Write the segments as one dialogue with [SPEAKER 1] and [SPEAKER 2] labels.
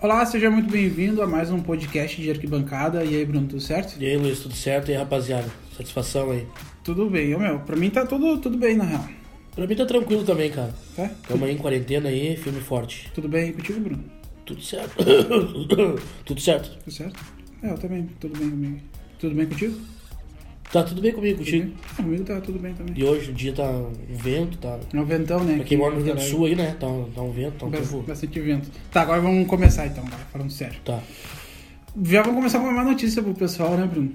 [SPEAKER 1] Olá, seja muito bem-vindo a mais um podcast de Arquibancada. E aí, Bruno, tudo certo?
[SPEAKER 2] E aí, Luiz, tudo certo? E aí, rapaziada? Satisfação aí.
[SPEAKER 1] Tudo bem, ô meu. Pra mim tá tudo, tudo bem, na real.
[SPEAKER 2] Pra mim tá tranquilo também, cara.
[SPEAKER 1] Tá?
[SPEAKER 2] Tamo aí em quarentena aí, filme forte.
[SPEAKER 1] Tudo bem contigo, Bruno?
[SPEAKER 2] Tudo certo. tudo certo.
[SPEAKER 1] Tudo certo? É, eu também. Tudo bem comigo. Tudo bem contigo?
[SPEAKER 2] Tá tudo bem comigo, contigo?
[SPEAKER 1] Ah, Comigo tá tudo bem também.
[SPEAKER 2] E hoje o dia tá um vento, tá.
[SPEAKER 1] É um ventão, né?
[SPEAKER 2] Pra
[SPEAKER 1] aqui
[SPEAKER 2] quem
[SPEAKER 1] em
[SPEAKER 2] mora no Rio
[SPEAKER 1] Porto Alegre.
[SPEAKER 2] Grande do Sul aí, né? Tá um, tá um vento, tá um
[SPEAKER 1] Bas-
[SPEAKER 2] tempo.
[SPEAKER 1] Bastante vento. Tá, agora vamos começar então, vai, falando sério.
[SPEAKER 2] Tá.
[SPEAKER 1] Já vamos começar com uma má notícia pro pessoal, né, Bruno?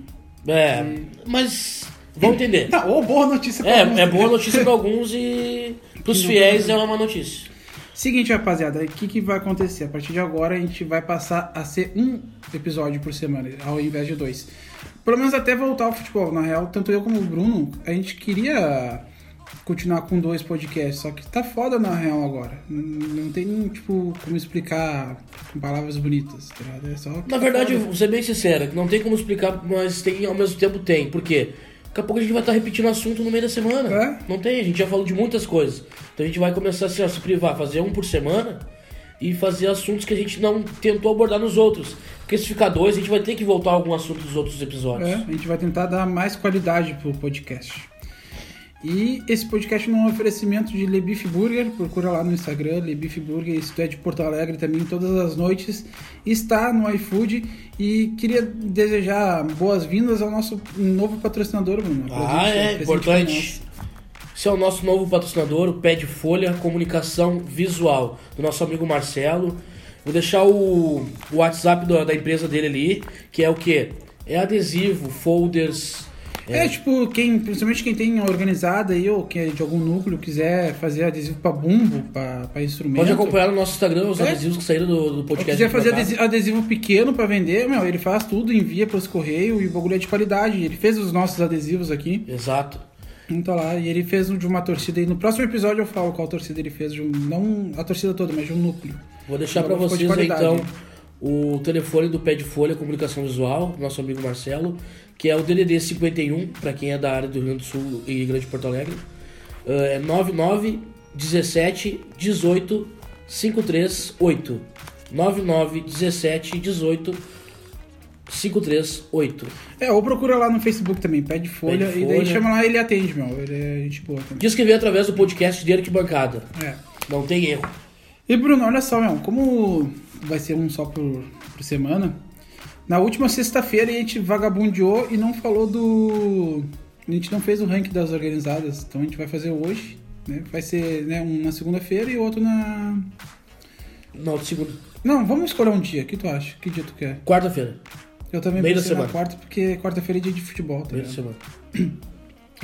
[SPEAKER 2] É, mas. Vamos entender.
[SPEAKER 1] Tá, ou boa notícia pra
[SPEAKER 2] É,
[SPEAKER 1] nós,
[SPEAKER 2] é
[SPEAKER 1] né?
[SPEAKER 2] boa notícia pra alguns e pros fiéis é uma má notícia.
[SPEAKER 1] Seguinte, rapaziada, o que, que vai acontecer? A partir de agora a gente vai passar a ser um episódio por semana, ao invés de dois. Pelo menos até voltar ao futebol. Na real, tanto eu como o Bruno, a gente queria continuar com dois podcasts, só que tá foda na real agora. Não não tem, tipo, como explicar com palavras bonitas, tá ligado? É só.
[SPEAKER 2] Na verdade, vou ser bem sincero, que não tem como explicar, mas tem ao mesmo tempo tem. Por quê? Daqui a pouco a gente vai estar repetindo assunto no meio da semana.
[SPEAKER 1] É?
[SPEAKER 2] Não tem, a gente já falou de muitas coisas. Então a gente vai começar assim, ó, se privar, fazer um por semana e fazer assuntos que a gente não tentou abordar nos outros. Porque se ficar dois, a gente vai ter que voltar a algum assunto dos outros episódios.
[SPEAKER 1] É, a gente vai tentar dar mais qualidade pro podcast. E esse podcast não é um oferecimento de Le Beef Burger, procura lá no Instagram, Le Beef Burger, se tu é de Porto Alegre também, todas as noites, está no iFood e queria desejar boas-vindas ao nosso novo patrocinador, Bruno.
[SPEAKER 2] Ah,
[SPEAKER 1] Presente-
[SPEAKER 2] é
[SPEAKER 1] presente
[SPEAKER 2] importante. Esse é o nosso novo patrocinador, o Pé de Folha Comunicação Visual, do nosso amigo Marcelo. Vou deixar o, o WhatsApp da, da empresa dele ali, que é o quê? É adesivo, folders.
[SPEAKER 1] pra nós. É, tipo, quem, principalmente quem tem organizada aí, ou quem é de algum núcleo, quiser fazer adesivo pra bumbo, pra pra instrumento.
[SPEAKER 2] Pode acompanhar no nosso Instagram os
[SPEAKER 1] É.
[SPEAKER 2] adesivos que saíram do, do
[SPEAKER 1] Se
[SPEAKER 2] podcast.
[SPEAKER 1] quiser fazer
[SPEAKER 2] Mercado.
[SPEAKER 1] adesi- adesivo pequeno pra vender, meu, ele faz tudo, envia pros correios e o bagulho é de qualidade. Ele fez os nossos adesivos aqui,
[SPEAKER 2] Exato.
[SPEAKER 1] não tá lá, e ele fez um de uma torcida aí. No próximo episódio eu falo qual torcida ele fez, de um, não a torcida toda, mas de um núcleo.
[SPEAKER 2] Vou deixar
[SPEAKER 1] Um
[SPEAKER 2] para
[SPEAKER 1] bagulho
[SPEAKER 2] vocês
[SPEAKER 1] de
[SPEAKER 2] aí, então
[SPEAKER 1] qualidade.
[SPEAKER 2] o telefone do Pé de Folha Comunicação Visual, do nosso amigo Marcelo, que é o DDD 51, para quem é da área do Rio Grande do Sul e Grande Porto Alegre. Eh, É um 99 17 18 538. 99 17 18 538.
[SPEAKER 1] É, ou procura lá no Facebook também, pede folha,
[SPEAKER 2] Pede
[SPEAKER 1] e daí
[SPEAKER 2] folha.
[SPEAKER 1] chama lá ele atende, meu. Ele é gente boa também.
[SPEAKER 2] Diz que veio através do podcast de Arquibancada.
[SPEAKER 1] É.
[SPEAKER 2] Não tem erro.
[SPEAKER 1] E Bruno, olha só, meu, como vai ser um só por, por semana, na última sexta-feira a gente vagabundeou e não falou do. A gente não fez o ranking das organizadas, então a gente vai fazer hoje, né? Vai ser né, um na segunda-feira e outro na.
[SPEAKER 2] Não, de segunda.
[SPEAKER 1] Não, vamos escolher um dia, o que tu acha? Que dia tu quer?
[SPEAKER 2] Quarta-feira.
[SPEAKER 1] Eu também
[SPEAKER 2] Meio da
[SPEAKER 1] pensei na
[SPEAKER 2] semana.
[SPEAKER 1] quarta, porque quarta-feira é dia de futebol, tá
[SPEAKER 2] Primeira
[SPEAKER 1] ligado?
[SPEAKER 2] semana.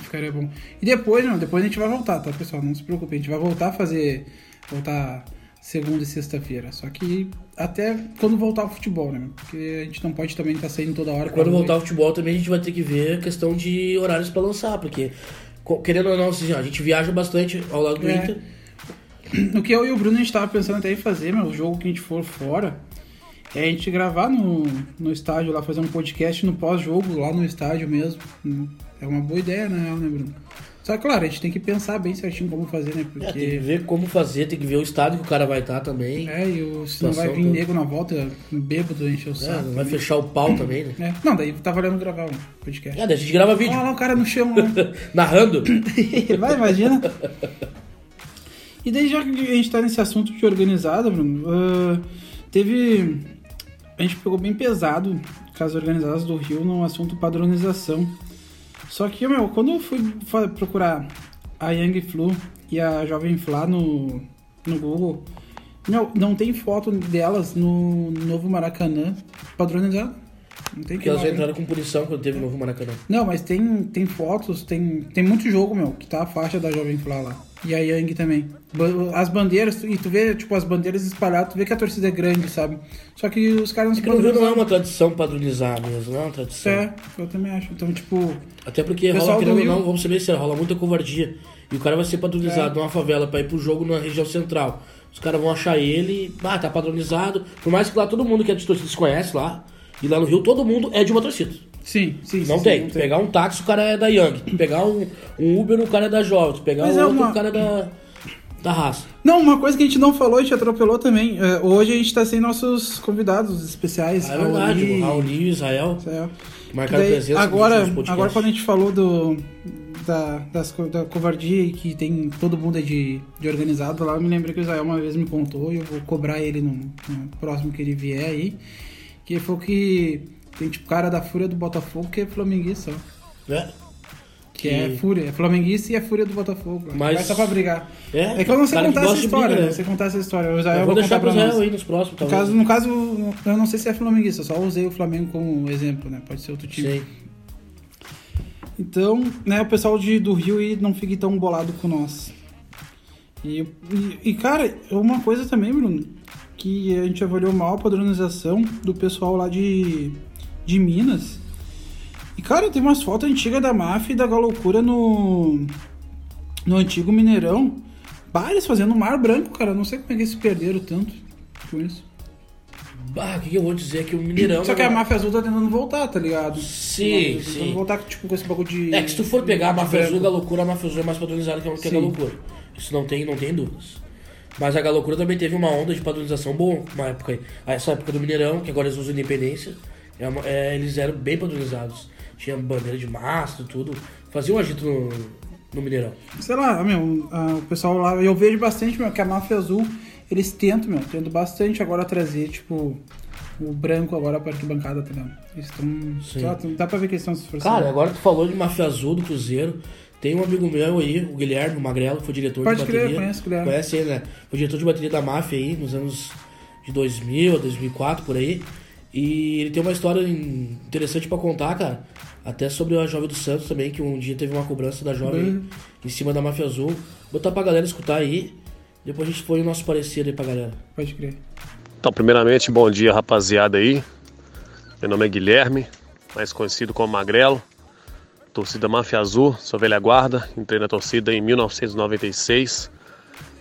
[SPEAKER 1] Ficaria bom. E depois, não, depois a gente vai voltar, tá, pessoal? Não se preocupe, a gente vai voltar a fazer. Voltar segunda e sexta-feira. Só que até quando voltar o futebol, né? Porque a gente não pode também estar saindo toda hora.
[SPEAKER 2] Quando
[SPEAKER 1] pra
[SPEAKER 2] voltar o
[SPEAKER 1] noite.
[SPEAKER 2] futebol também a gente vai ter que ver a questão de horários pra lançar, porque co- querendo ou não, assim, ó, a gente viaja bastante ao lado do
[SPEAKER 1] É.
[SPEAKER 2] Inter.
[SPEAKER 1] O que eu e o Bruno a gente tava pensando até em fazer, meu, o jogo que a gente for fora. É a gente gravar no, no estádio lá, fazer um podcast no pós-jogo, lá no estádio mesmo. É uma boa ideia, na real, né, Bruno? Só que, claro, a gente tem que pensar bem certinho como fazer, né?
[SPEAKER 2] É, tem que
[SPEAKER 1] Porque.
[SPEAKER 2] ver como fazer, tem que ver o estado que o cara vai estar também. É,
[SPEAKER 1] É, e o, se não vai
[SPEAKER 2] Situação
[SPEAKER 1] vir
[SPEAKER 2] toda.
[SPEAKER 1] nego na volta, bêbado, encher o saco. né?
[SPEAKER 2] não vai
[SPEAKER 1] também.
[SPEAKER 2] fechar o pau também, né?
[SPEAKER 1] É. Não, daí tá valendo gravar um podcast.
[SPEAKER 2] É, daí a gente grava
[SPEAKER 1] Olha
[SPEAKER 2] vídeo,
[SPEAKER 1] lá o cara no chão, né?
[SPEAKER 2] narrando.
[SPEAKER 1] Vai, imagina. E daí, já que a gente tá nesse assunto de organizada, Bruno, ah, teve. A gente pegou bem pesado casas organizadas do Rio no assunto padronização. Só que, meu, quando eu fui fa- procurar a Young Flu e a Jovem Fla no, no Google, meu, não tem foto delas no novo Maracanã padronizado. Não tem
[SPEAKER 2] Porque elas já
[SPEAKER 1] vaga.
[SPEAKER 2] entraram com punição quando teve o novo Maracanã.
[SPEAKER 1] Não, mas tem, tem fotos, tem, tem muito jogo, meu, que tá a faixa da Jovem Fla lá. E a Yang também. Ba- As bandeiras, tu- e tu vê, tipo, as bandeiras espalhadas, tu vê que a torcida é grande, sabe? Só que os caras não se
[SPEAKER 2] Porque no Rio não é
[SPEAKER 1] padronizam.
[SPEAKER 2] uma tradição padronizar mesmo, não é uma tradição.
[SPEAKER 1] É, eu também acho. Então, tipo,
[SPEAKER 2] Até porque
[SPEAKER 1] Pessoal do
[SPEAKER 2] rola, querendo ou
[SPEAKER 1] Rio-
[SPEAKER 2] não, vamos ser bem sérios, rola muita covardia. E o cara vai ser padronizado
[SPEAKER 1] É.
[SPEAKER 2] numa favela pra ir pro jogo na região central. Os caras vão achar ele, ah, tá padronizado. Por mais que lá todo mundo que é de torcida se conhece lá. E lá no Rio todo mundo é de uma torcida.
[SPEAKER 1] sim, sim.
[SPEAKER 2] Não
[SPEAKER 1] sim,
[SPEAKER 2] tem.
[SPEAKER 1] não
[SPEAKER 2] Tu Pegar um táxi, o cara é da Young. Tu Pegar um, um Uber, o cara é da Jovem. Tu Pegar
[SPEAKER 1] Mas é
[SPEAKER 2] um outro,
[SPEAKER 1] uma-
[SPEAKER 2] o cara é da. Da raça.
[SPEAKER 1] Não, uma coisa que a gente não falou e te atropelou também. é, hoje a gente tá sem nossos convidados especiais. é.
[SPEAKER 2] Ah, é verdade,
[SPEAKER 1] Raoni,
[SPEAKER 2] o Raoni e o Israel
[SPEAKER 1] Israel.
[SPEAKER 2] marcaram
[SPEAKER 1] Daí,
[SPEAKER 2] presença
[SPEAKER 1] agora,
[SPEAKER 2] nos podcasts.
[SPEAKER 1] agora quando a gente falou do da, das co- da covardia e que tem todo mundo é de, de organizado lá, eu me lembro que o Israel uma vez me contou e eu vou cobrar ele no, no próximo que ele vier aí, que ele falou que tem tipo cara da fúria do Botafogo que é flamenguista, ó.
[SPEAKER 2] Né?
[SPEAKER 1] que é
[SPEAKER 2] Que-
[SPEAKER 1] fúria, é flamenguista e é fúria do Botafogo. ó.
[SPEAKER 2] Mas-
[SPEAKER 1] Vai só pra brigar.
[SPEAKER 2] É,
[SPEAKER 1] É que eu não sei
[SPEAKER 2] cara que
[SPEAKER 1] contar essa
[SPEAKER 2] gosta de briga,
[SPEAKER 1] história,
[SPEAKER 2] né?
[SPEAKER 1] não sei contar essa história, o
[SPEAKER 2] Eu
[SPEAKER 1] Israel
[SPEAKER 2] vou
[SPEAKER 1] vai contar
[SPEAKER 2] deixar pro
[SPEAKER 1] pra
[SPEAKER 2] Israel
[SPEAKER 1] nós.
[SPEAKER 2] aí nos próximos,
[SPEAKER 1] No
[SPEAKER 2] talvez.
[SPEAKER 1] caso, no caso, eu não sei se é flamenguista, eu só usei o Flamengo como exemplo, né? Pode ser outro time.
[SPEAKER 2] Sei.
[SPEAKER 1] Então, né, o pessoal de, do Rio aí não fique tão bolado com nós. E, e, e, cara, uma coisa também, Bruno, que a gente avaliou mal a padronização do pessoal lá de, de Minas. E, cara, tem umas fotos antigas da máfia e da galoucura no, no antigo Mineirão. Vários fazendo mar branco, cara. Eu Não sei como é que eles se perderam tanto com isso.
[SPEAKER 2] Bah, o que, que eu vou dizer? Que o Mineirão.
[SPEAKER 1] Só que a
[SPEAKER 2] né?
[SPEAKER 1] máfia azul tá tentando voltar, tá ligado?
[SPEAKER 2] Sim,
[SPEAKER 1] Tentando
[SPEAKER 2] sim.
[SPEAKER 1] voltar tipo, com esse bagulho de.
[SPEAKER 2] É que se tu for pegar a Máfia
[SPEAKER 1] branco.
[SPEAKER 2] Azul, a Galocura, a Máfia Azul é mais padronizada que a- que a
[SPEAKER 1] Sim.
[SPEAKER 2] Galocura. Isso não tem, não tem dúvidas. Mas a Galocura também teve uma onda de padronização boa, uma época aí. Ah, Essa época do Mineirão, que agora eles usam independência, é uma- é, eles eram bem padronizados. Tinha bandeira de mastro, tudo. Faziam um agito no, no Mineirão.
[SPEAKER 1] sei lá, meu, ah, o pessoal lá, eu vejo bastante, meu, que a máfia azul, eles tentam, meu, tentam bastante agora trazer, tipo, o branco agora pra arquibancada, tá ligado? Eles tão, sei lá, tão- dá pra ver que eles estão se esforçando.
[SPEAKER 2] Cara, agora tu falou de Máfia Azul, do Cruzeiro. Tem um amigo meu aí, o Guilherme, o Magrelo, foi diretor
[SPEAKER 1] Pode
[SPEAKER 2] de
[SPEAKER 1] crer,
[SPEAKER 2] bateria.
[SPEAKER 1] conheço o Guilherme.
[SPEAKER 2] Conhece ele, né? Foi diretor de bateria da Máfia aí, nos anos de 2000, 2004, por aí. E ele tem uma história in- interessante pra contar, cara. Até sobre a Jovem do Santos também, que um dia teve uma cobrança da Jovem
[SPEAKER 1] Uhum.
[SPEAKER 2] em cima da Máfia Azul. Botar pra galera escutar aí. Depois a gente põe o nosso parecer aí pra galera.
[SPEAKER 1] Pode crer.
[SPEAKER 3] Então, primeiramente, bom dia, rapaziada aí. Meu nome é Guilherme, mais conhecido como Magrelo. Torcida Máfia Azul, sou velha guarda. Entrei na torcida em 1996.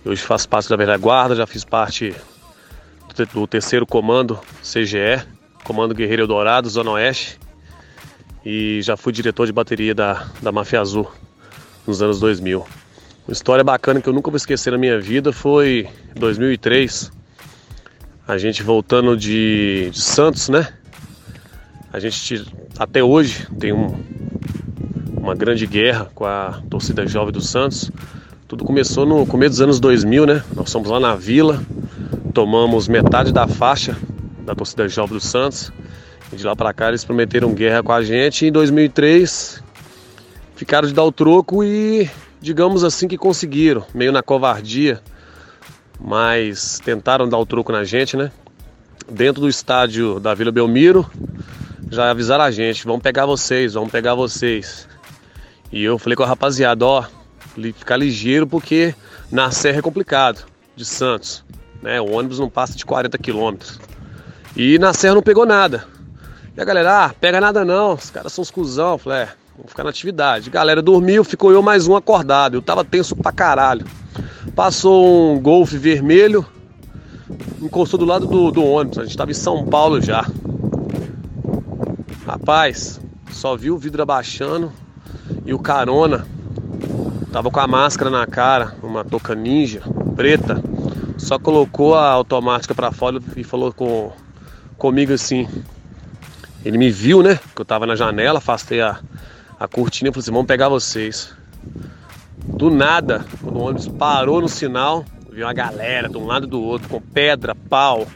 [SPEAKER 3] E Hoje faço parte da velha guarda, já fiz parte do te- do terceiro comando CGE, Comando Guerreiro Dourado, Zona Oeste. E já fui diretor de bateria da, da Máfia Azul nos anos 2000. Uma história bacana que eu nunca vou esquecer na minha vida foi em 2003. A gente voltando de, de Santos, né? A gente ti- até hoje tem um- uma grande guerra com a torcida jovem do Santos. Tudo começou no começo dos anos 2000, né? Nós fomos lá na Vila, tomamos metade da faixa da torcida jovem do Santos. E de lá pra cá eles prometeram guerra com a gente. E em 2003 ficaram de dar o troco e, digamos assim, que conseguiram, meio na covardia mas tentaram dar o troco na gente, né? Dentro do estádio da Vila Belmiro, já avisaram a gente, vamos pegar vocês, vamos pegar vocês. E eu falei com a rapaziada, ó, li- ficar ligeiro porque na serra é complicado, de Santos, né? O ônibus não passa de 40 quilômetros. E na serra não pegou nada. E a galera, ah, pega nada não, os caras são os cuzão. Eu Falei, é, vamos ficar na atividade. Galera dormiu, ficou eu mais um acordado. Eu tava tenso pra caralho. Passou um golfe vermelho, encostou do lado do, do ônibus. A gente tava em São Paulo já. Rapaz, só vi o vidro abaixando e o carona tava com a máscara na cara, uma touca ninja preta. Só colocou a automática pra fora e falou com, comigo assim. Ele me viu, né? Que eu tava na janela, afastei a, a cortina e falei assim: vamos pegar vocês. Do nada, quando o ônibus parou no sinal, viu uma galera de um lado e do outro com pedra, pau.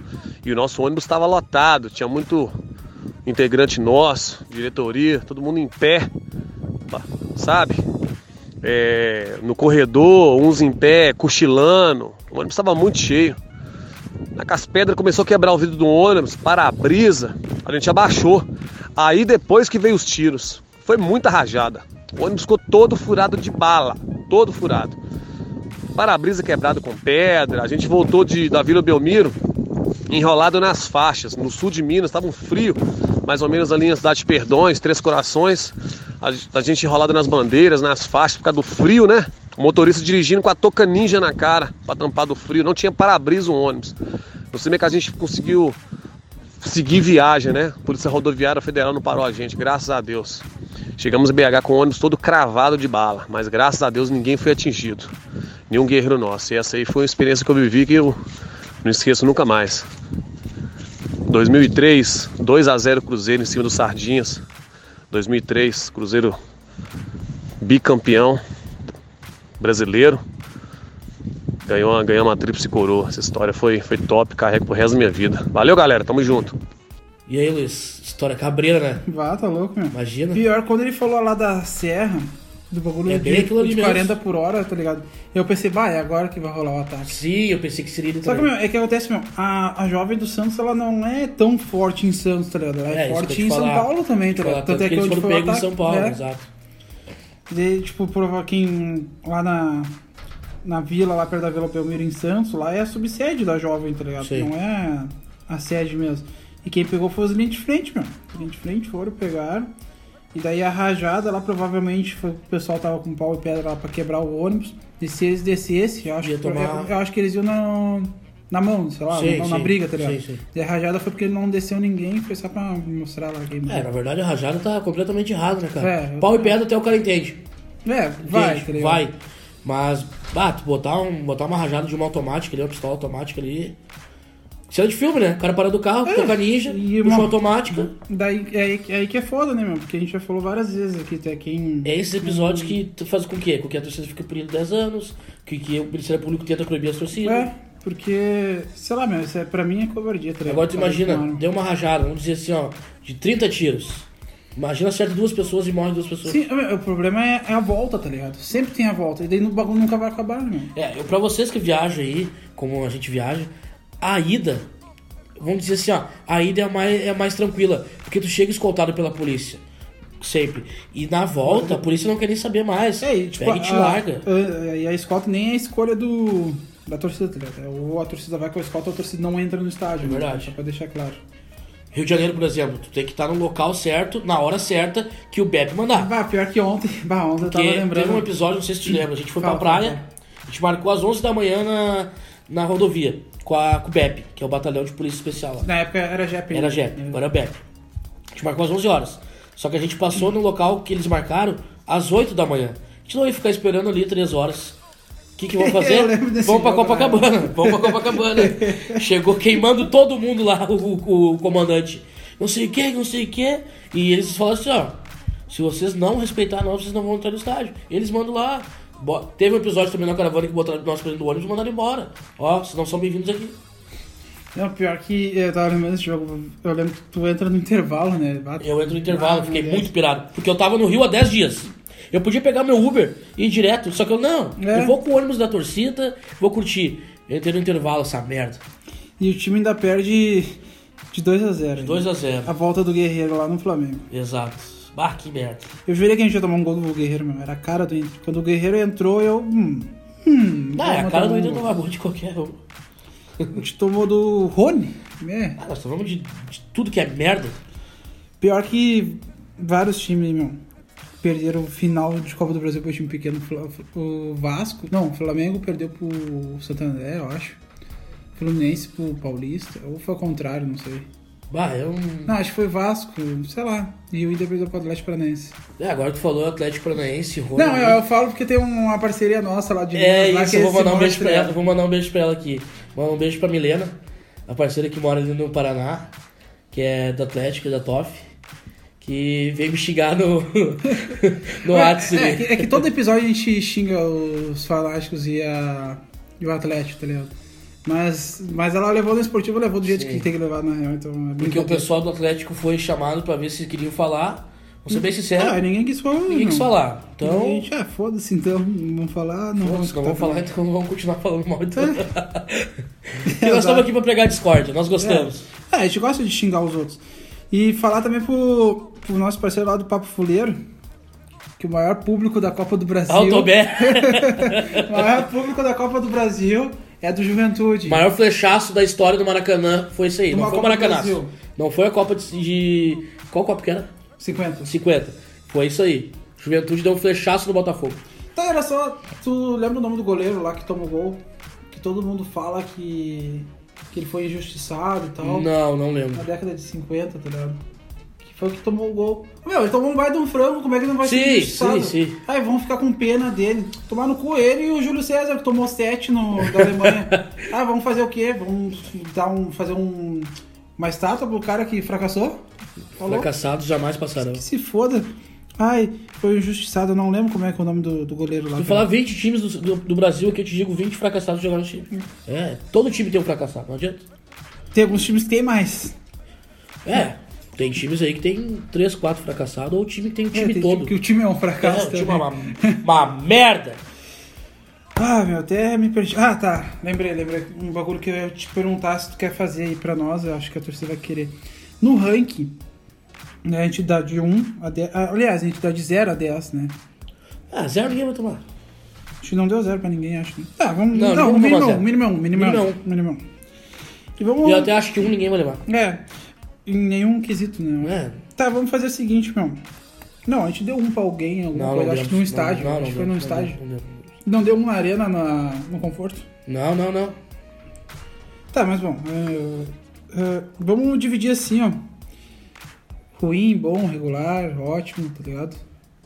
[SPEAKER 3] E o nosso ônibus estava lotado, tinha muito integrante nosso, diretoria, todo mundo em pé, pa- sabe? É, no corredor, uns em pé, cochilando. O ônibus estava muito cheio. Na Tá as pedras começou a quebrar o vidro do ônibus, para-brisa, a gente abaixou. Aí depois que veio os tiros, foi muita rajada. O ônibus ficou todo furado de bala, todo furado. Para-brisa quebrado com pedra, a gente voltou de, da Vila Belmiro enrolado nas faixas. No sul de Minas estava um frio, mais ou menos ali na cidade de Perdões, Três Corações. A, g- a gente enrolado nas bandeiras, nas faixas, por causa do frio, né? O motorista dirigindo com a toca ninja na cara para tampar do frio. Não tinha para-brisa o ônibus. Não sei como é que a gente conseguiu seguir viagem, né? Polícia Rodoviária Federal não parou a gente, graças a Deus. Chegamos em BH com o ônibus todo cravado de bala, mas graças a Deus ninguém foi atingido. nenhum guerreiro nosso. E essa aí foi uma experiência que eu vivi que eu não esqueço nunca mais. 2003, 2 a 0 Cruzeiro em cima do Sardinhas. 2003, Cruzeiro bicampeão brasileiro. Ganhou uma, ganhou uma tríplice coroa. Essa história foi, foi top, carrego pro resto da minha vida. Valeu, galera, tamo junto.
[SPEAKER 2] E aí, Luiz? História cabreira, né?
[SPEAKER 1] Vá, tá louco, meu.
[SPEAKER 2] Imagina.
[SPEAKER 1] Pior, quando ele falou lá da serra, do bagulho
[SPEAKER 2] É bem
[SPEAKER 1] de,
[SPEAKER 2] aquilo ali
[SPEAKER 1] de
[SPEAKER 2] mesmo.
[SPEAKER 1] 40 por hora, tá ligado? Eu pensei, bah, é agora que vai rolar o ataque.
[SPEAKER 2] Sim, eu pensei que seria ele
[SPEAKER 1] Só que,
[SPEAKER 2] também.
[SPEAKER 1] meu, é que acontece, meu, a, a jovem do Santos, ela não é tão forte em Santos, tá ligado? Ela é,
[SPEAKER 2] isso que eu
[SPEAKER 1] forte
[SPEAKER 2] te
[SPEAKER 1] em São
[SPEAKER 2] falar.
[SPEAKER 1] Paulo também, tá
[SPEAKER 2] Falar
[SPEAKER 1] ligado?
[SPEAKER 2] Tanto, que eles
[SPEAKER 1] onde
[SPEAKER 2] foram
[SPEAKER 1] foi o
[SPEAKER 2] pegos em
[SPEAKER 1] ataque,
[SPEAKER 2] São Paulo,
[SPEAKER 1] né?
[SPEAKER 2] exato.
[SPEAKER 1] Daí, tipo, provar quem lá na, na vila, lá perto da Vila Belmiro, em Santos, lá é a subsede da jovem, tá ligado?
[SPEAKER 2] Sim.
[SPEAKER 1] Não é a sede mesmo. E quem pegou foi os linha de frente, meu. Os linha de frente foram, pegaram. E daí a rajada lá provavelmente foi, o pessoal tava com pau e pedra lá pra quebrar o ônibus. E se eles descessem, eu acho,
[SPEAKER 2] Ia
[SPEAKER 1] que, eu-
[SPEAKER 2] tomar-
[SPEAKER 1] eu acho que eles iam na, na mão, sei lá,
[SPEAKER 2] Sim,
[SPEAKER 1] na, na
[SPEAKER 2] sim.
[SPEAKER 1] briga, tá ligado?
[SPEAKER 2] Sim, sim.
[SPEAKER 1] E a rajada foi porque não desceu ninguém, foi só pra mostrar lá quem
[SPEAKER 2] É, na verdade a rajada tá completamente errada, né, cara?
[SPEAKER 1] É, eu-
[SPEAKER 2] Pau e pedra até o cara entende.
[SPEAKER 1] É, vai,
[SPEAKER 2] Entende?
[SPEAKER 1] tá ligado?
[SPEAKER 2] vai. Mas, bah, tu botar, um, botar uma rajada de uma automática ali, uma pistola automática ali. Cena de filme, né? O cara para do carro, toca ninja,
[SPEAKER 1] É. e
[SPEAKER 2] puxa uma
[SPEAKER 1] uma-
[SPEAKER 2] automática.
[SPEAKER 1] Daí é aí, é aí que é foda, né, meu? Porque a gente já falou várias vezes aqui, até quem.
[SPEAKER 2] É esses episódios que tu faz com o quê? Com que a torcida fica punida 10 anos, que, que o Ministério Público tenta proibir as torcidas.
[SPEAKER 1] É, porque, sei lá, meu, isso é, pra mim é covardia, tá ligado?
[SPEAKER 2] Agora tu
[SPEAKER 1] Cara,
[SPEAKER 2] imagina,
[SPEAKER 1] mano.
[SPEAKER 2] deu uma rajada, vamos dizer assim, ó, de 30 tiros. Imagina acerta duas pessoas e morre duas pessoas.
[SPEAKER 1] Sim, meu, o problema é, é a volta, tá ligado? Sempre tem a volta, e daí o bagulho nunca vai acabar, né, meu?
[SPEAKER 2] É, eu, pra vocês que viajam aí, como a gente viaja, a ida, vamos dizer assim, ó, a ida é a mais, é a mais tranquila, porque tu chega escoltado pela polícia. Sempre. E na volta, a polícia não quer nem saber mais.
[SPEAKER 1] É, e, tipo,
[SPEAKER 2] Pega e te
[SPEAKER 1] a-
[SPEAKER 2] larga.
[SPEAKER 1] a- a- e a escolta nem é a escolha do. Da torcida, tá ligado? É, Ou a torcida vai com a escolta ou a torcida não entra no estádio. né?
[SPEAKER 2] É verdade.
[SPEAKER 1] Só pra deixar claro.
[SPEAKER 2] Rio de Janeiro, por exemplo, tu tem que estar no local certo, na hora certa, que o BEP mandar.
[SPEAKER 1] Ah, Bah, pior que ontem. Bah, ontem eu
[SPEAKER 2] Porque
[SPEAKER 1] tava
[SPEAKER 2] teve um
[SPEAKER 1] lembrando.
[SPEAKER 2] episódio, não sei se tu lembra, a gente foi
[SPEAKER 1] Fala,
[SPEAKER 2] pra praia,
[SPEAKER 1] fala, fala.
[SPEAKER 2] a gente marcou às 11 da manhã na, na rodovia, com, a, com o BEP, que é o Batalhão de Polícia Especial lá.
[SPEAKER 1] Na época era GEP.
[SPEAKER 2] Era JEP, agora é BEP. A gente marcou às 11 horas. Só que a gente passou no local que eles marcaram às 8 da manhã. A gente não ia ficar esperando ali 3 horas. O que, que vão fazer?
[SPEAKER 1] Eu lembro desse
[SPEAKER 2] Vamos pra
[SPEAKER 1] jogo,
[SPEAKER 2] Copacabana. Vamos pra Copacabana. Chegou queimando todo mundo lá, o, o- o comandante. Não sei o que, não sei o que. E eles falaram assim: ó, se vocês não respeitar nós, vocês não vão entrar no estádio. Eles mandam lá. Bo- Teve um episódio também na caravana que botaram nós pra dentro do ônibus e mandaram embora. Ó, vocês não são bem-vindos aqui.
[SPEAKER 1] Não, pior que é, eu tava lembrando desse jogo. Eu lembro que tu entra no intervalo, né? Ah,
[SPEAKER 2] Eu entro no intervalo,
[SPEAKER 1] Ah,
[SPEAKER 2] fiquei
[SPEAKER 1] meu
[SPEAKER 2] muito pirado. Porque eu tava no Rio há 10 dias. Eu podia pegar meu Uber e ir direto, só que eu não.
[SPEAKER 1] É.
[SPEAKER 2] Eu vou com o ônibus da torcida, vou curtir. Eu entrei no intervalo, essa merda.
[SPEAKER 1] E o time ainda perde de 2 a 0
[SPEAKER 2] 2
[SPEAKER 1] a
[SPEAKER 2] a 0
[SPEAKER 1] volta do Guerreiro lá no Flamengo.
[SPEAKER 2] Ah, Exato. Bah, que merda.
[SPEAKER 1] Eu jurei que a gente ia tomar um gol do Guerreiro, meu. Era a cara do Inter. Quando o Guerreiro entrou, eu. Hum. Hum.
[SPEAKER 2] Não, é a
[SPEAKER 1] vamos
[SPEAKER 2] cara
[SPEAKER 1] tomar
[SPEAKER 2] do
[SPEAKER 1] um
[SPEAKER 2] Inter
[SPEAKER 1] gol.
[SPEAKER 2] tomar gol de qualquer um.
[SPEAKER 1] A gente tomou do Rony. É.
[SPEAKER 2] Ah, nós tomamos de, de tudo que é merda.
[SPEAKER 1] Pior que vários times, meu. Perderam o final de Copa do Brasil pro time pequeno. Fla- O Vasco. Não, o Flamengo perdeu pro Santander, eu acho. Fluminense pro Paulista. Ou foi ao contrário, não sei.
[SPEAKER 2] Bah, é um- eu. não-
[SPEAKER 1] Não, acho que foi Vasco, sei lá. E o Inter perdeu pro Atlético Paranaense.
[SPEAKER 2] É, agora tu falou Atlético Paranaense, Rony.
[SPEAKER 1] Não, eu, eu falo porque tem uma parceria nossa lá de
[SPEAKER 2] né? É
[SPEAKER 1] lá
[SPEAKER 2] isso, eu vou
[SPEAKER 1] esse
[SPEAKER 2] mandar um beijo
[SPEAKER 1] monstro,
[SPEAKER 2] pra ela.
[SPEAKER 1] né?
[SPEAKER 2] Vou mandar um beijo pra ela aqui. Mandar um beijo pra Milena, a parceira que mora ali no Paraná, que é do Atlético, da TOF, que veio me xingar no, no WhatsApp.
[SPEAKER 1] É, é que, é que todo episódio a gente xinga os fanáticos e, a, e o Atlético, tá ligado? Mas, mas ela levou no esportivo, levou do jeito
[SPEAKER 2] Sim.
[SPEAKER 1] que tem que levar, na real. Então é
[SPEAKER 2] Porque o
[SPEAKER 1] brincadeira.
[SPEAKER 2] pessoal do Atlético foi chamado pra ver se queriam falar. Vou ser bem sincero,
[SPEAKER 1] Ah, ninguém quis falar.
[SPEAKER 2] é ninguém
[SPEAKER 1] não.
[SPEAKER 2] quis falar. Então,
[SPEAKER 1] Ninguém- ah, foda-se então, não vamos falar, não vamos É.
[SPEAKER 2] foda-se, não vamos falar, então vamos continuar falando mal. Então. Porque nós
[SPEAKER 1] Exato.
[SPEAKER 2] estamos aqui pra pregar discórdia, nós gostamos.
[SPEAKER 1] É, a gente gosta de xingar os outros. E falar também pro, pro nosso parceiro lá do Papo Fuleiro, que o maior público da Copa do Brasil.
[SPEAKER 2] Altobé,
[SPEAKER 1] O maior público da Copa do Brasil é do Juventude.
[SPEAKER 2] o maior flechaço da história do Maracanã foi isso aí.
[SPEAKER 1] Uma
[SPEAKER 2] Não foi o
[SPEAKER 1] Copa do
[SPEAKER 2] Maracanã.
[SPEAKER 1] Brasil.
[SPEAKER 2] Não foi a Copa de- de. Qual Copa que era?
[SPEAKER 1] 50.
[SPEAKER 2] 50. Foi isso aí. Juventude deu um flechaço no Botafogo.
[SPEAKER 1] Então era só. Tu lembra o nome do goleiro lá que toma o gol? Que todo mundo fala que. que ele foi injustiçado e tal.
[SPEAKER 2] Não, não
[SPEAKER 1] Na
[SPEAKER 2] lembro.
[SPEAKER 1] década de 50, tá ligado? Que Foi o que tomou o gol. Meu, ele tomou um baita de um frango, como é que não vai ser
[SPEAKER 2] Sim,
[SPEAKER 1] injustiçado?
[SPEAKER 2] sim, sim.
[SPEAKER 1] Aí vão ficar com pena dele. Tomar no cu ele e o Júlio César, que tomou sete no, da Alemanha. ah, vamos fazer o quê? Vamos dar um, fazer um, uma estátua pro cara que fracassou? Falou?
[SPEAKER 2] Fracassados jamais passarão.
[SPEAKER 1] Que se foda. Ai, foi injustiçado, eu não lembro como é que é o nome do, do goleiro lá.
[SPEAKER 2] Se tu falar 20 times do, do, do Brasil aqui, eu te digo 20 fracassados jogaram no time. É, todo time tem um fracassado, não adianta.
[SPEAKER 1] Tem alguns times que tem mais.
[SPEAKER 2] É, tem times aí que tem 3, 4 fracassados, ou time que tem o time
[SPEAKER 1] É, tem
[SPEAKER 2] todo.
[SPEAKER 1] time Que o time é um fracasso.
[SPEAKER 2] É, o time é
[SPEAKER 1] também.
[SPEAKER 2] uma, uma merda.
[SPEAKER 1] Ah, meu, até me perdi. Ah, tá. Lembrei, lembrei. Um bagulho que eu ia te perguntar se tu quer fazer aí pra nós. Eu acho que a torcida vai querer. No ranking, né, a gente dá de 1 a 10. ah, aliás, a gente dá de 0 a 10, né?
[SPEAKER 2] Ah, zero ninguém vai tomar.
[SPEAKER 1] A gente não deu 0 pra ninguém, acho. né? Tá, vamos.
[SPEAKER 2] Não,
[SPEAKER 1] Não,
[SPEAKER 2] não
[SPEAKER 1] o
[SPEAKER 2] vamos
[SPEAKER 1] mínimo
[SPEAKER 2] tomar
[SPEAKER 1] é 1,
[SPEAKER 2] zero.
[SPEAKER 1] mínimo é 1, mínimo é
[SPEAKER 2] Mínimo
[SPEAKER 1] 1.
[SPEAKER 2] é
[SPEAKER 1] Mínimo é 1. E vamos.
[SPEAKER 2] E eu até acho que um ninguém vai levar.
[SPEAKER 1] É, em nenhum quesito, né?
[SPEAKER 2] É.
[SPEAKER 1] Tá, vamos fazer o seguinte, meu. Não, a gente deu um pra alguém, alguma
[SPEAKER 2] Não,
[SPEAKER 1] coisa.
[SPEAKER 2] não
[SPEAKER 1] acho que
[SPEAKER 2] deu.
[SPEAKER 1] num estádio.
[SPEAKER 2] Não, não,
[SPEAKER 1] acho que
[SPEAKER 2] não
[SPEAKER 1] foi
[SPEAKER 2] deu,
[SPEAKER 1] num
[SPEAKER 2] não
[SPEAKER 1] estádio.
[SPEAKER 2] deu, não deu.
[SPEAKER 1] Não deu uma arena na, no conforto?
[SPEAKER 2] Não, não, não.
[SPEAKER 1] Tá, mas bom. é, é, vamos dividir assim, ó. Ruim, bom, regular, ótimo, tá ligado?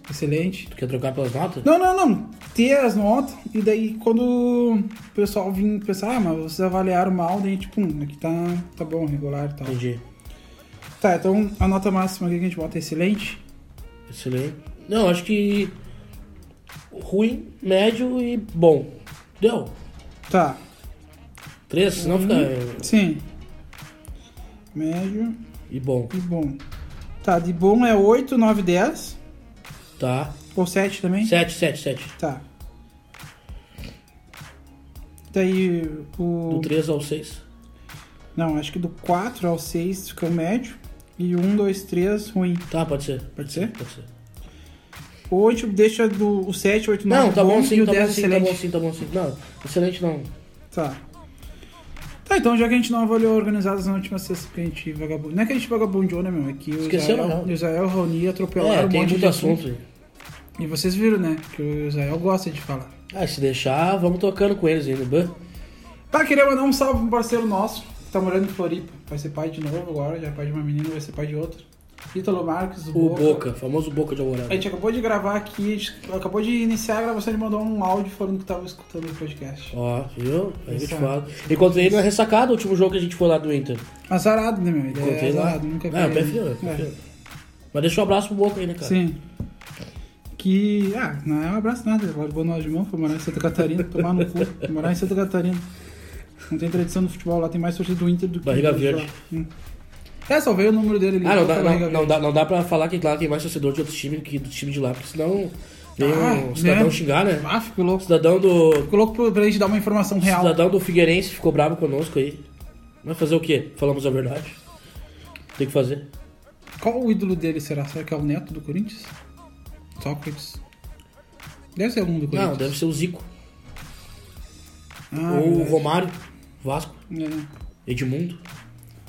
[SPEAKER 1] Excelente.
[SPEAKER 2] Tu quer trocar pelas notas?
[SPEAKER 1] Não, não, não. Ter as notas e daí quando o pessoal vir pensar, ah, mas vocês avaliaram mal, daí a gente, pum, aqui tá, tá bom, regular e tal.
[SPEAKER 2] Entendi.
[SPEAKER 1] Tá, então a nota máxima aqui que a gente bota é excelente.
[SPEAKER 2] Excelente. Não, acho que ruim, médio e bom. Deu.
[SPEAKER 1] Tá,
[SPEAKER 2] Três, senão fica... é,
[SPEAKER 1] sim. Médio
[SPEAKER 2] E bom.
[SPEAKER 1] e bom. Tá, de bom é 8, 9, 10.
[SPEAKER 2] Tá.
[SPEAKER 1] Ou 7 também?
[SPEAKER 2] Sete, sete, sete.
[SPEAKER 1] Tá. Daí o.
[SPEAKER 2] Do três ao seis.
[SPEAKER 1] Não, acho que do 4 ao 6 fica o médio. E 1, 2, 3, ruim.
[SPEAKER 2] Tá, pode ser.
[SPEAKER 1] Pode ser?
[SPEAKER 2] Pode ser.
[SPEAKER 1] O 8 deixa do o 7, 8, 9
[SPEAKER 2] Não, tá bom
[SPEAKER 1] e
[SPEAKER 2] sim,
[SPEAKER 1] o
[SPEAKER 2] tá bom
[SPEAKER 1] 10
[SPEAKER 2] sim, tá
[SPEAKER 1] excelente.
[SPEAKER 2] bom sim, tá bom sim. Não, excelente não.
[SPEAKER 1] Tá. Tá, então já que a gente não avaliou organizadas na última sexta, porque a gente vagabundo. Não é que a gente vagabundeou, né, meu? É que o
[SPEAKER 2] Esqueceu,
[SPEAKER 1] Israel,
[SPEAKER 2] não.
[SPEAKER 1] o Israel e o Raoni atropelaram
[SPEAKER 2] É,
[SPEAKER 1] um
[SPEAKER 2] tem
[SPEAKER 1] monte de
[SPEAKER 2] muito assunto. aí.
[SPEAKER 1] E vocês viram, né? Que o Israel gosta de falar.
[SPEAKER 2] Ah, se deixar, vamos tocando com eles ainda. bã.
[SPEAKER 1] Tá, queria mandar um salve pra um parceiro nosso, que tá morando em Floripa. Vai ser pai de novo agora, já é pai de uma menina, vai ser pai de outra. Ítalo Marques, o,
[SPEAKER 2] O Boca, famoso Boca de Alvorada.
[SPEAKER 1] A gente acabou de gravar aqui, a gente acabou de iniciar a gravação, ele mandou um áudio falando que tava escutando o podcast.
[SPEAKER 2] Ó, viu? Aí eu te
[SPEAKER 1] Isso.
[SPEAKER 2] falo. Encontrei ele na ressacada, o último jogo que a gente foi lá do Inter.
[SPEAKER 1] Azarado, né, meu? Ele
[SPEAKER 2] Encontrei
[SPEAKER 1] é
[SPEAKER 2] lá.
[SPEAKER 1] azarado, nunca
[SPEAKER 2] ah,
[SPEAKER 1] vi
[SPEAKER 2] eu
[SPEAKER 1] ele.
[SPEAKER 2] prefiro, eu
[SPEAKER 1] É,
[SPEAKER 2] prefiro. Mas deixa um abraço pro Boca aí, né, cara?
[SPEAKER 1] Sim. Que, ah, não é um abraço nada, ele largou nós de mão, foi morar em Santa Catarina, tomar no cu, foi morar em Santa Catarina. Não tem tradição no futebol, lá tem mais torcida do Inter do que...
[SPEAKER 2] Barriga
[SPEAKER 1] do
[SPEAKER 2] verde.
[SPEAKER 1] Hum. É, só veio o número dele ali.
[SPEAKER 2] Ah, não dá,
[SPEAKER 1] tá barriga
[SPEAKER 2] não, não
[SPEAKER 1] verde.
[SPEAKER 2] dá, não dá pra falar que lá tem mais torcedor de outro time que do time de lá, porque senão vem
[SPEAKER 1] Ah,
[SPEAKER 2] um cidadão
[SPEAKER 1] né?
[SPEAKER 2] xingar, né?
[SPEAKER 1] Ah, fico
[SPEAKER 2] O
[SPEAKER 1] louco.
[SPEAKER 2] cidadão do.
[SPEAKER 1] Fico louco pra- pra gente dar uma informação real.
[SPEAKER 2] Cidadão do Figueirense ficou bravo conosco aí. Mas fazer o quê? Falamos a verdade. Tem que fazer.
[SPEAKER 1] Qual o ídolo dele será? Será que é o neto do Corinthians? Sócrates. Deve ser algum do Corinthians.
[SPEAKER 2] Não, deve ser o Zico.
[SPEAKER 1] Ah,
[SPEAKER 2] ou o
[SPEAKER 1] verdade.
[SPEAKER 2] Romário, Vasco,
[SPEAKER 1] É.
[SPEAKER 2] Edmundo.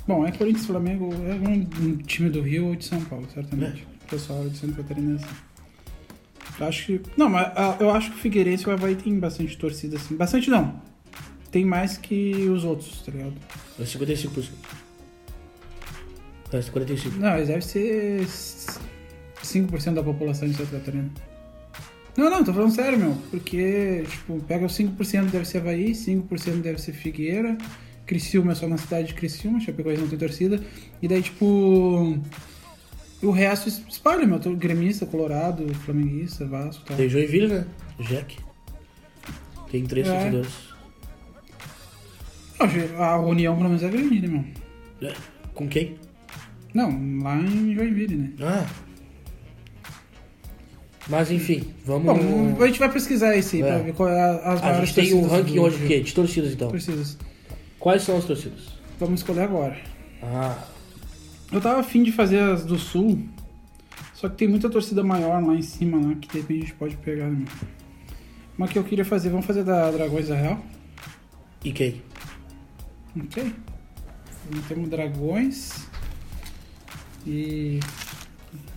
[SPEAKER 1] Bom, é Corinthians Flamengo, é um, um time do Rio ou de São Paulo, certamente. O pessoal de Santa Catarina é assim. Eu Acho que. Não, mas ah, eu acho que o Figueirense e o Havaí tem bastante torcida, assim. Bastante não. Tem mais que os outros, tá ligado?
[SPEAKER 2] É 55%. Resta 45%.
[SPEAKER 1] Não, mas deve ser 5% da população de Santa Catarina. Não, não, tô falando sério, meu. Porque, tipo, pega os 5% deve ser Havaí, 5% deve ser Figueira, Criciúma é só na cidade de Criciúma, Chapecoense não tem torcida. E daí, tipo, o resto es- espalha, meu. Tô gremista, colorado, flamenguista, Vasco e tal.
[SPEAKER 2] Tem Joinville, né? O Jack. Tem 3
[SPEAKER 1] É.
[SPEAKER 2] torcedores.
[SPEAKER 1] Não, a União, pelo menos, é grande, né, meu?
[SPEAKER 2] É. Com quem?
[SPEAKER 1] Não, lá em Joinville, né?
[SPEAKER 2] Ah. Mas enfim, vamos.
[SPEAKER 1] Bom, a gente vai pesquisar esse aí
[SPEAKER 2] Hum. É.
[SPEAKER 1] pra ver qual é a- as
[SPEAKER 2] a
[SPEAKER 1] maiores
[SPEAKER 2] gente tem o
[SPEAKER 1] torcidas
[SPEAKER 2] ranking
[SPEAKER 1] do-
[SPEAKER 2] hoje o quê? De torcidas então.
[SPEAKER 1] Torcidas.
[SPEAKER 2] Quais são as torcidas?
[SPEAKER 1] Vamos escolher agora.
[SPEAKER 2] Ah.
[SPEAKER 1] Eu tava afim de fazer as do sul, só que tem muita torcida maior lá em cima, né? Que de repente a gente pode pegar, né? Mas que eu queria fazer, vamos fazer da Dragões da Real?
[SPEAKER 2] E quem?
[SPEAKER 1] Não sei. Então, Temos Dragões. E.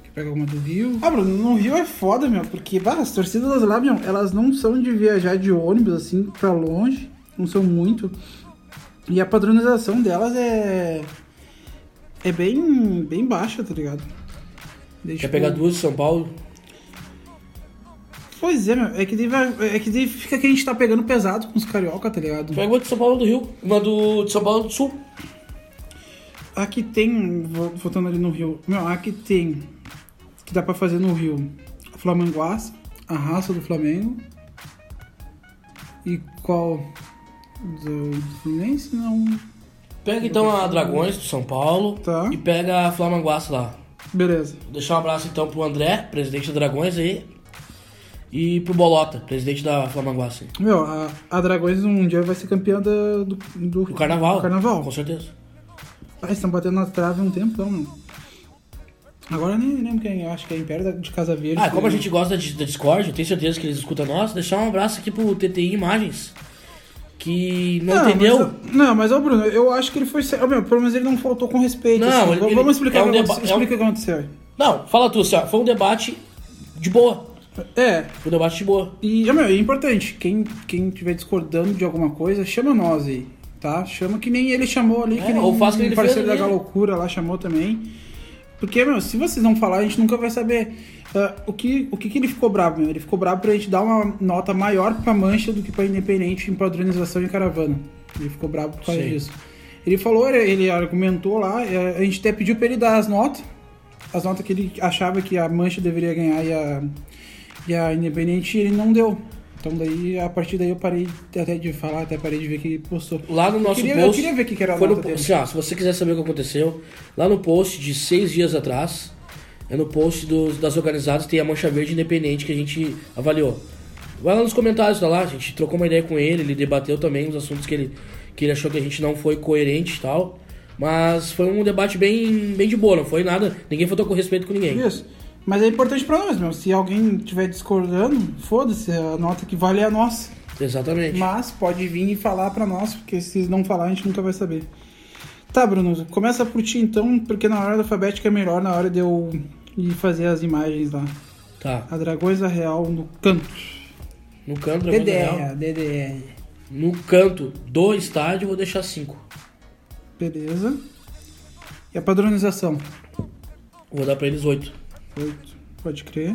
[SPEAKER 1] Quer pegar alguma do Rio? Ah, Bruno, no Rio é foda, meu, porque bah, as torcidas lá, meu, elas não são de viajar de ônibus assim pra longe, não são muito. E a padronização delas é. É bem, bem baixa, tá ligado? Daí,
[SPEAKER 2] Quer
[SPEAKER 1] tipo,
[SPEAKER 2] pegar duas de São Paulo?
[SPEAKER 1] Pois é, meu. É que, daí vai- é que daí fica que a gente tá pegando pesado com os carioca, tá ligado?
[SPEAKER 2] Pega uma de São Paulo do Rio, uma do, de São Paulo do Sul.
[SPEAKER 1] Aqui tem, vo- voltando ali no Rio, meu, aqui tem, que dá pra fazer no Rio, a Flamenguaz, a raça do Flamengo, e qual, do, do Fluminense, não,
[SPEAKER 2] Pega então a Dragões do São Paulo
[SPEAKER 1] Tá.
[SPEAKER 2] e pega a Flamanguaça lá.
[SPEAKER 1] beleza,
[SPEAKER 2] Deixar um abraço então pro André, presidente da Dragões aí. E pro Bolota, presidente da Flamanguaça. aí.
[SPEAKER 1] meu, a, a Dragões um dia vai ser campeã da- do, do,
[SPEAKER 2] Do carnaval.
[SPEAKER 1] do carnaval,
[SPEAKER 2] Com certeza.
[SPEAKER 1] ah, eles estão batendo na trave há um tempão, meu. agora eu nem lembro quem, eu acho que é Império da- de Casa Verde,
[SPEAKER 2] Ah, como a
[SPEAKER 1] que-
[SPEAKER 2] gente gosta de- da Discord, eu tenho certeza que eles escutam nós. Deixar um abraço aqui pro TTI Imagens. Que não,
[SPEAKER 1] Ah, mas
[SPEAKER 2] entendeu.
[SPEAKER 1] eu- não, mas, ô Bruno, eu acho que ele foi. sério. Ô, meu, pelo menos ele não faltou com respeito.
[SPEAKER 2] Não,
[SPEAKER 1] assim.
[SPEAKER 2] ele-
[SPEAKER 1] Vamos-
[SPEAKER 2] ele-
[SPEAKER 1] Vamos explicar
[SPEAKER 2] é
[SPEAKER 1] o
[SPEAKER 2] um
[SPEAKER 1] que
[SPEAKER 2] deba-
[SPEAKER 1] aconte- explica
[SPEAKER 2] é um-
[SPEAKER 1] o que aconteceu.
[SPEAKER 2] Não, fala tu, assim, ó, foi um debate de boa.
[SPEAKER 1] É,
[SPEAKER 2] Foi um debate de boa.
[SPEAKER 1] e ô, meu, é importante. Quem, quem tiver discordando de alguma coisa, chama nós aí, tá? Chama que nem ele chamou ali.
[SPEAKER 2] É,
[SPEAKER 1] que nem
[SPEAKER 2] ou faz que
[SPEAKER 1] o
[SPEAKER 2] ele
[SPEAKER 1] parceiro
[SPEAKER 2] fez
[SPEAKER 1] da
[SPEAKER 2] ali.
[SPEAKER 1] loucura lá chamou também. Porque, meu, se vocês não falar, a gente nunca vai saber. Ah, o que, o que, que ele ficou bravo, meu? Ele ficou bravo pra gente dar uma nota maior pra Mancha do que pra Independente em padronização e caravana. Ele ficou bravo por causa
[SPEAKER 2] Sim.
[SPEAKER 1] disso. Ele falou, ele, ele argumentou lá, eh, a gente até pediu pra ele dar as notas, as notas que ele achava que a Mancha deveria ganhar e a, e a Independente, e ele não deu. Então daí, a partir daí eu parei até de falar, até parei de ver que ele postou.
[SPEAKER 2] Lá no nosso
[SPEAKER 1] eu queria,
[SPEAKER 2] post.
[SPEAKER 1] Eu queria ver o que, que era a
[SPEAKER 2] foi no
[SPEAKER 1] nota
[SPEAKER 2] po-
[SPEAKER 1] dele.
[SPEAKER 2] assim, ó, se você quiser saber o que aconteceu, lá no post de seis dias atrás, é no post dos- das organizadas, tem a Mancha Verde Independente que a gente avaliou. Vai lá nos comentários, tá lá, a gente trocou uma ideia com ele, ele debateu também os assuntos que ele, que ele achou que a gente não foi coerente e tal. Mas foi um debate bem, bem de boa, não foi nada. Ninguém faltou com respeito com ninguém.
[SPEAKER 1] Isso. Mas é importante pra nós, meu. Se alguém estiver discordando, foda-se, a nota que vale é a nossa.
[SPEAKER 2] Exatamente.
[SPEAKER 1] Mas pode vir e falar pra nós, porque se não falar, a gente nunca vai saber. Tá, Bruno, começa por ti então, porque na hora alfabética é melhor, na hora de eu ir fazer as imagens lá.
[SPEAKER 2] Tá.
[SPEAKER 1] A Dragões a Real no canto.
[SPEAKER 2] No canto, Dragões da Real.
[SPEAKER 1] DDR, DDR.
[SPEAKER 2] no canto do estádio, eu vou deixar cinco.
[SPEAKER 1] Beleza. E a padronização?
[SPEAKER 2] Vou dar pra eles oito.
[SPEAKER 1] Oito. Pode crer.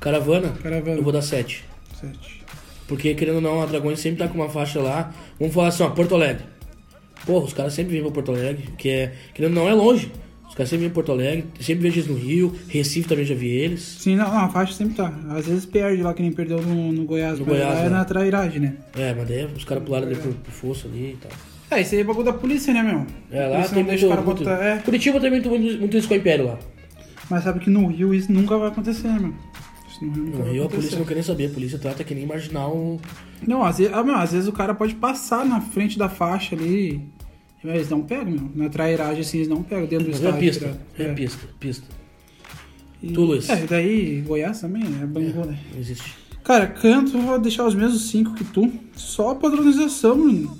[SPEAKER 2] Caravana,
[SPEAKER 1] Caravana.
[SPEAKER 2] eu vou dar 7.
[SPEAKER 1] Sete.
[SPEAKER 2] Porque, querendo ou não, a Dragões sempre tá com uma faixa lá. Vamos falar assim, ó, Porto Alegre. Porra, os caras sempre vêm pra Porto Alegre, que é, querendo ou não, é longe. Os caras sempre vêm pra Porto Alegre, sempre vejo eles no Rio, Recife também já vi eles.
[SPEAKER 1] Sim, não, não, a faixa sempre tá. Às vezes perde lá, que nem perdeu no, no Goiás.
[SPEAKER 2] No
[SPEAKER 1] mas
[SPEAKER 2] Goiás,
[SPEAKER 1] lá é
[SPEAKER 2] né?
[SPEAKER 1] na trairagem, né?
[SPEAKER 2] É, mas daí os caras pularam ali pro, pro fosso ali e tal.
[SPEAKER 1] É, isso aí é bagulho da polícia, né, meu?
[SPEAKER 2] É,
[SPEAKER 1] A
[SPEAKER 2] lá
[SPEAKER 1] polícia
[SPEAKER 2] tem
[SPEAKER 1] não deixa
[SPEAKER 2] muito,
[SPEAKER 1] o cara
[SPEAKER 2] muito-
[SPEAKER 1] botar. É,
[SPEAKER 2] Curitiba também tem muito, muito isso com o Império lá.
[SPEAKER 1] mas sabe que no Rio isso nunca vai acontecer, né, meu? Isso no Rio nunca
[SPEAKER 2] No
[SPEAKER 1] vai
[SPEAKER 2] Rio a polícia
[SPEAKER 1] acontecer.
[SPEAKER 2] não quer nem saber, a polícia trata que nem marginal.
[SPEAKER 1] Não, às vezes, ah, meu, às vezes o cara pode passar na frente da faixa ali. mas Eles não pegam, meu. Na trairagem, assim, eles não pegam dentro do né?
[SPEAKER 2] É
[SPEAKER 1] estádio.
[SPEAKER 2] uma pista,
[SPEAKER 1] direto.
[SPEAKER 2] é pista, pista.
[SPEAKER 1] E-
[SPEAKER 2] Tu, Luiz.
[SPEAKER 1] É, e daí Goiás também é bangô, né?
[SPEAKER 2] Não existe.
[SPEAKER 1] Cara, canto, eu vou deixar os mesmos 5 que tu. Só a padronização, menino.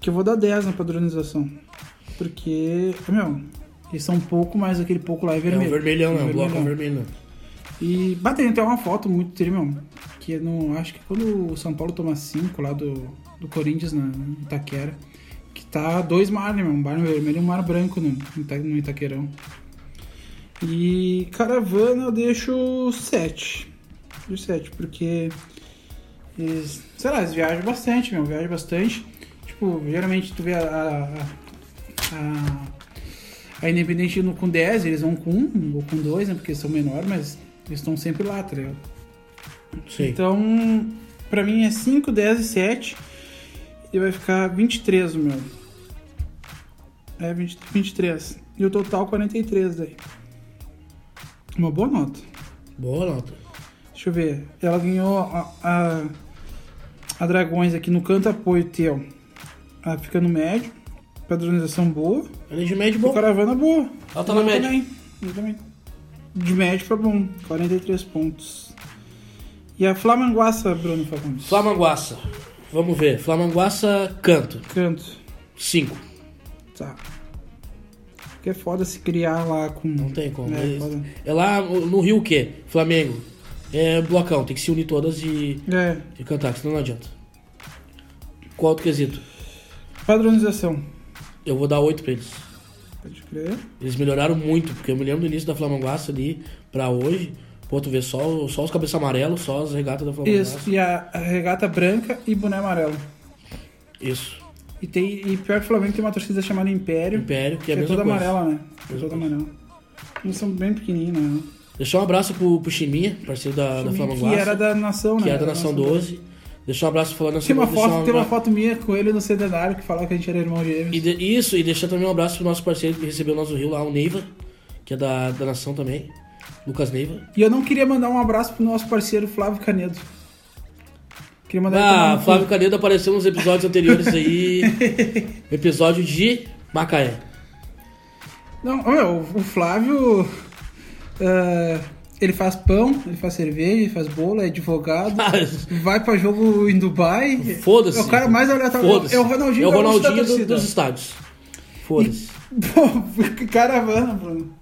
[SPEAKER 1] Que eu vou dar 10 na padronização. Porque, meu, eles são um pouco, mas aquele pouco lá é vermelho.
[SPEAKER 2] É um vermelhão, né?
[SPEAKER 1] É
[SPEAKER 2] Um bloco
[SPEAKER 1] vermelhão.
[SPEAKER 2] vermelho.
[SPEAKER 1] E batendo até uma foto muito tri, meu. Que eu não acho que quando o São Paulo toma 5 lá do, do Corinthians, na em Itaquera, que tá dois mares, né, meu? Um mar vermelho e um mar branco no, no Ita- no Itaquerão. E caravana eu deixo 7. Deixo 7, porque. Eles, sei lá, eles viajam bastante, meu. Viajam bastante. Tipo, geralmente tu vê a. a- a- a Independente no- com 10, eles vão com 1 ou com 2, né? Porque são menores, mas eles estão sempre lá, tá ligado?
[SPEAKER 2] Sim.
[SPEAKER 1] Então, pra mim é 5, 10 e 7. E vai ficar 23 o meu. É 20, 23. E o total 43 daí. Uma boa nota.
[SPEAKER 2] Boa nota.
[SPEAKER 1] Deixa eu ver. Ela ganhou a, a, a Dragões aqui no canto apoio teu. Ela fica no médio. Padronização boa.
[SPEAKER 2] Ela é de médio
[SPEAKER 1] O
[SPEAKER 2] bom.
[SPEAKER 1] caravana boa.
[SPEAKER 2] Ela tá na
[SPEAKER 1] Eu
[SPEAKER 2] média.
[SPEAKER 1] Também. Eu também. De médio pra bom. 43 pontos. E a Flamanguaça, Bruno Fagundes?
[SPEAKER 2] Flamanguaça. Vamos ver. Flamanguaça, canto.
[SPEAKER 1] Canto.
[SPEAKER 2] 5.
[SPEAKER 1] Tá. Porque é foda se criar lá com...
[SPEAKER 2] Não tem como.
[SPEAKER 1] É,
[SPEAKER 2] É,
[SPEAKER 1] foda.
[SPEAKER 2] é lá no Rio o quê? Flamengo. É blocão. Tem que se unir todas e,
[SPEAKER 1] É.
[SPEAKER 2] e cantar, senão não adianta. Qual outro quesito?
[SPEAKER 1] Padronização.
[SPEAKER 2] Eu vou dar 8 pra eles.
[SPEAKER 1] Pode crer.
[SPEAKER 2] Eles melhoraram muito, porque eu me lembro do início da Flamanguaça ali pra hoje. Pô, tu vê só, só os cabeça amarelo, só as regatas da Flamanguaça.
[SPEAKER 1] Isso, e a, a regata branca e boné amarelo.
[SPEAKER 2] Isso.
[SPEAKER 1] E, tem, e pior que o Flamengo tem uma torcida chamada Império.
[SPEAKER 2] Império, que
[SPEAKER 1] que
[SPEAKER 2] é
[SPEAKER 1] é
[SPEAKER 2] a mesma
[SPEAKER 1] toda
[SPEAKER 2] coisa.
[SPEAKER 1] amarela, né? É toda amarela. Eles são bem pequenininhos, né?
[SPEAKER 2] Deixar um abraço pro, pro Chiminha, parceiro É da, da Flamanguaça.
[SPEAKER 1] Que era da nação, né?
[SPEAKER 2] que é da Nação 12. Deixar um abraço falando
[SPEAKER 1] Tem uma, foto, tem uma foto minha com ele no CDW que falava que a gente era irmão gêmeo.
[SPEAKER 2] E de- isso, e deixar também um abraço pro nosso parceiro que recebeu o nosso Rio lá, o Neiva, que é da, da Nação também. Lucas Neiva.
[SPEAKER 1] E eu não queria mandar um abraço pro nosso parceiro Flávio Canedo. Queria mandar ele tomar
[SPEAKER 2] Ah,
[SPEAKER 1] no cu.
[SPEAKER 2] Flávio Canedo apareceu nos episódios anteriores aí. episódio de Macaé.
[SPEAKER 1] Não, ô, meu, o Flávio. ah, ele faz pão, ele faz cerveja, ele faz bolo, é advogado. vai pra jogo em Dubai.
[SPEAKER 2] Foda-se.
[SPEAKER 1] É o cara mais aleatório.
[SPEAKER 2] Foda-se.
[SPEAKER 1] É o Ronaldinho,
[SPEAKER 2] É o
[SPEAKER 1] Gaúcho da
[SPEAKER 2] Ronaldinho do-
[SPEAKER 1] torcida.
[SPEAKER 2] dos estádios. Foda-se.
[SPEAKER 1] Pô, que caravana, Bruno.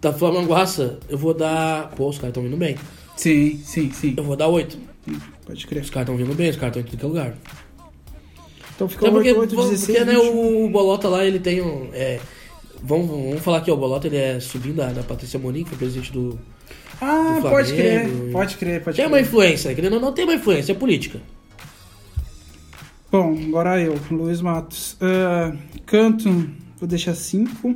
[SPEAKER 2] Da Flamanguaça, eu vou dar. Pô, os caras estão vindo bem.
[SPEAKER 1] Sim, sim, sim.
[SPEAKER 2] Eu vou dar oito.
[SPEAKER 1] Pode
[SPEAKER 2] Os
[SPEAKER 1] crer.
[SPEAKER 2] caras estão vindo bem, os caras estão em tudo que é lugar.
[SPEAKER 1] Então ficou
[SPEAKER 2] Até porque,
[SPEAKER 1] 8, 8,
[SPEAKER 2] vamos-
[SPEAKER 1] 16,
[SPEAKER 2] porque, né,
[SPEAKER 1] 20.
[SPEAKER 2] o Bolota lá, ele tem um. é, vamos, vamos falar aqui, ó, o Bolota ele é sobrinho da, da Patrícia Morim, que foi presidente do.
[SPEAKER 1] Ah,
[SPEAKER 2] do
[SPEAKER 1] pode
[SPEAKER 2] Flamengo.
[SPEAKER 1] crer, pode crer, pode
[SPEAKER 2] Tem
[SPEAKER 1] crer.
[SPEAKER 2] uma influência, né? querendo ou não, tem uma influência, é política.
[SPEAKER 1] Bom, agora eu, Luiz Matos. Ah, canto, vou deixar 5.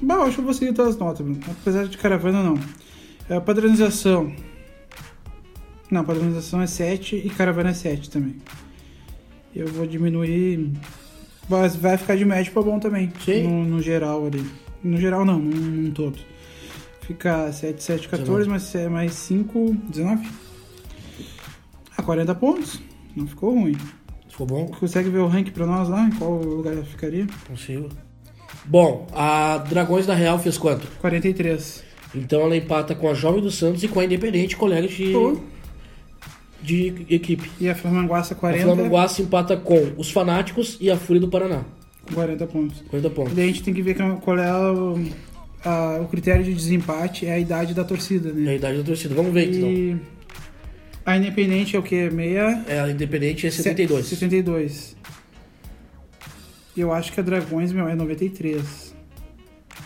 [SPEAKER 1] Bom, acho que eu vou seguir todas as notas, Bruno. apesar de caravana, não. Ah, padronização. Não, padronização é 7 e caravana é 7 também. Eu vou diminuir. Mas vai ficar de médio pra bom também.
[SPEAKER 2] Sim.
[SPEAKER 1] No, no geral ali. No geral, não, num, num todo. Fica 7, 7, 14, mais, se- mais 5, 19. Ah, 40 pontos. Não ficou ruim.
[SPEAKER 2] Ficou bom?
[SPEAKER 1] Consegue ver o rank pra nós lá? Em qual lugar ficaria?
[SPEAKER 2] Consigo. Bom, a Dragões da Real fez quanto?
[SPEAKER 1] 43.
[SPEAKER 2] Então ela empata com a Jovem do Santos e com a Independente, colega de,
[SPEAKER 1] Pô.
[SPEAKER 2] de equipe.
[SPEAKER 1] E a Flamanguaça
[SPEAKER 2] A
[SPEAKER 1] 40.
[SPEAKER 2] Flamenguaça empata com os Fanáticos e a Fúria do Paraná.
[SPEAKER 1] com 40 pontos.
[SPEAKER 2] 40
[SPEAKER 1] E
[SPEAKER 2] pontos.
[SPEAKER 1] daí a gente tem que ver qual é o, a- o critério de desempate, é a idade da torcida,
[SPEAKER 2] É a
[SPEAKER 1] né?
[SPEAKER 2] idade da torcida. Vamos ver, então.
[SPEAKER 1] E a Independente é o quê? Meia...
[SPEAKER 2] É, a Independente é 72.
[SPEAKER 1] 72. Eu acho que a Dragões, meu, é 93.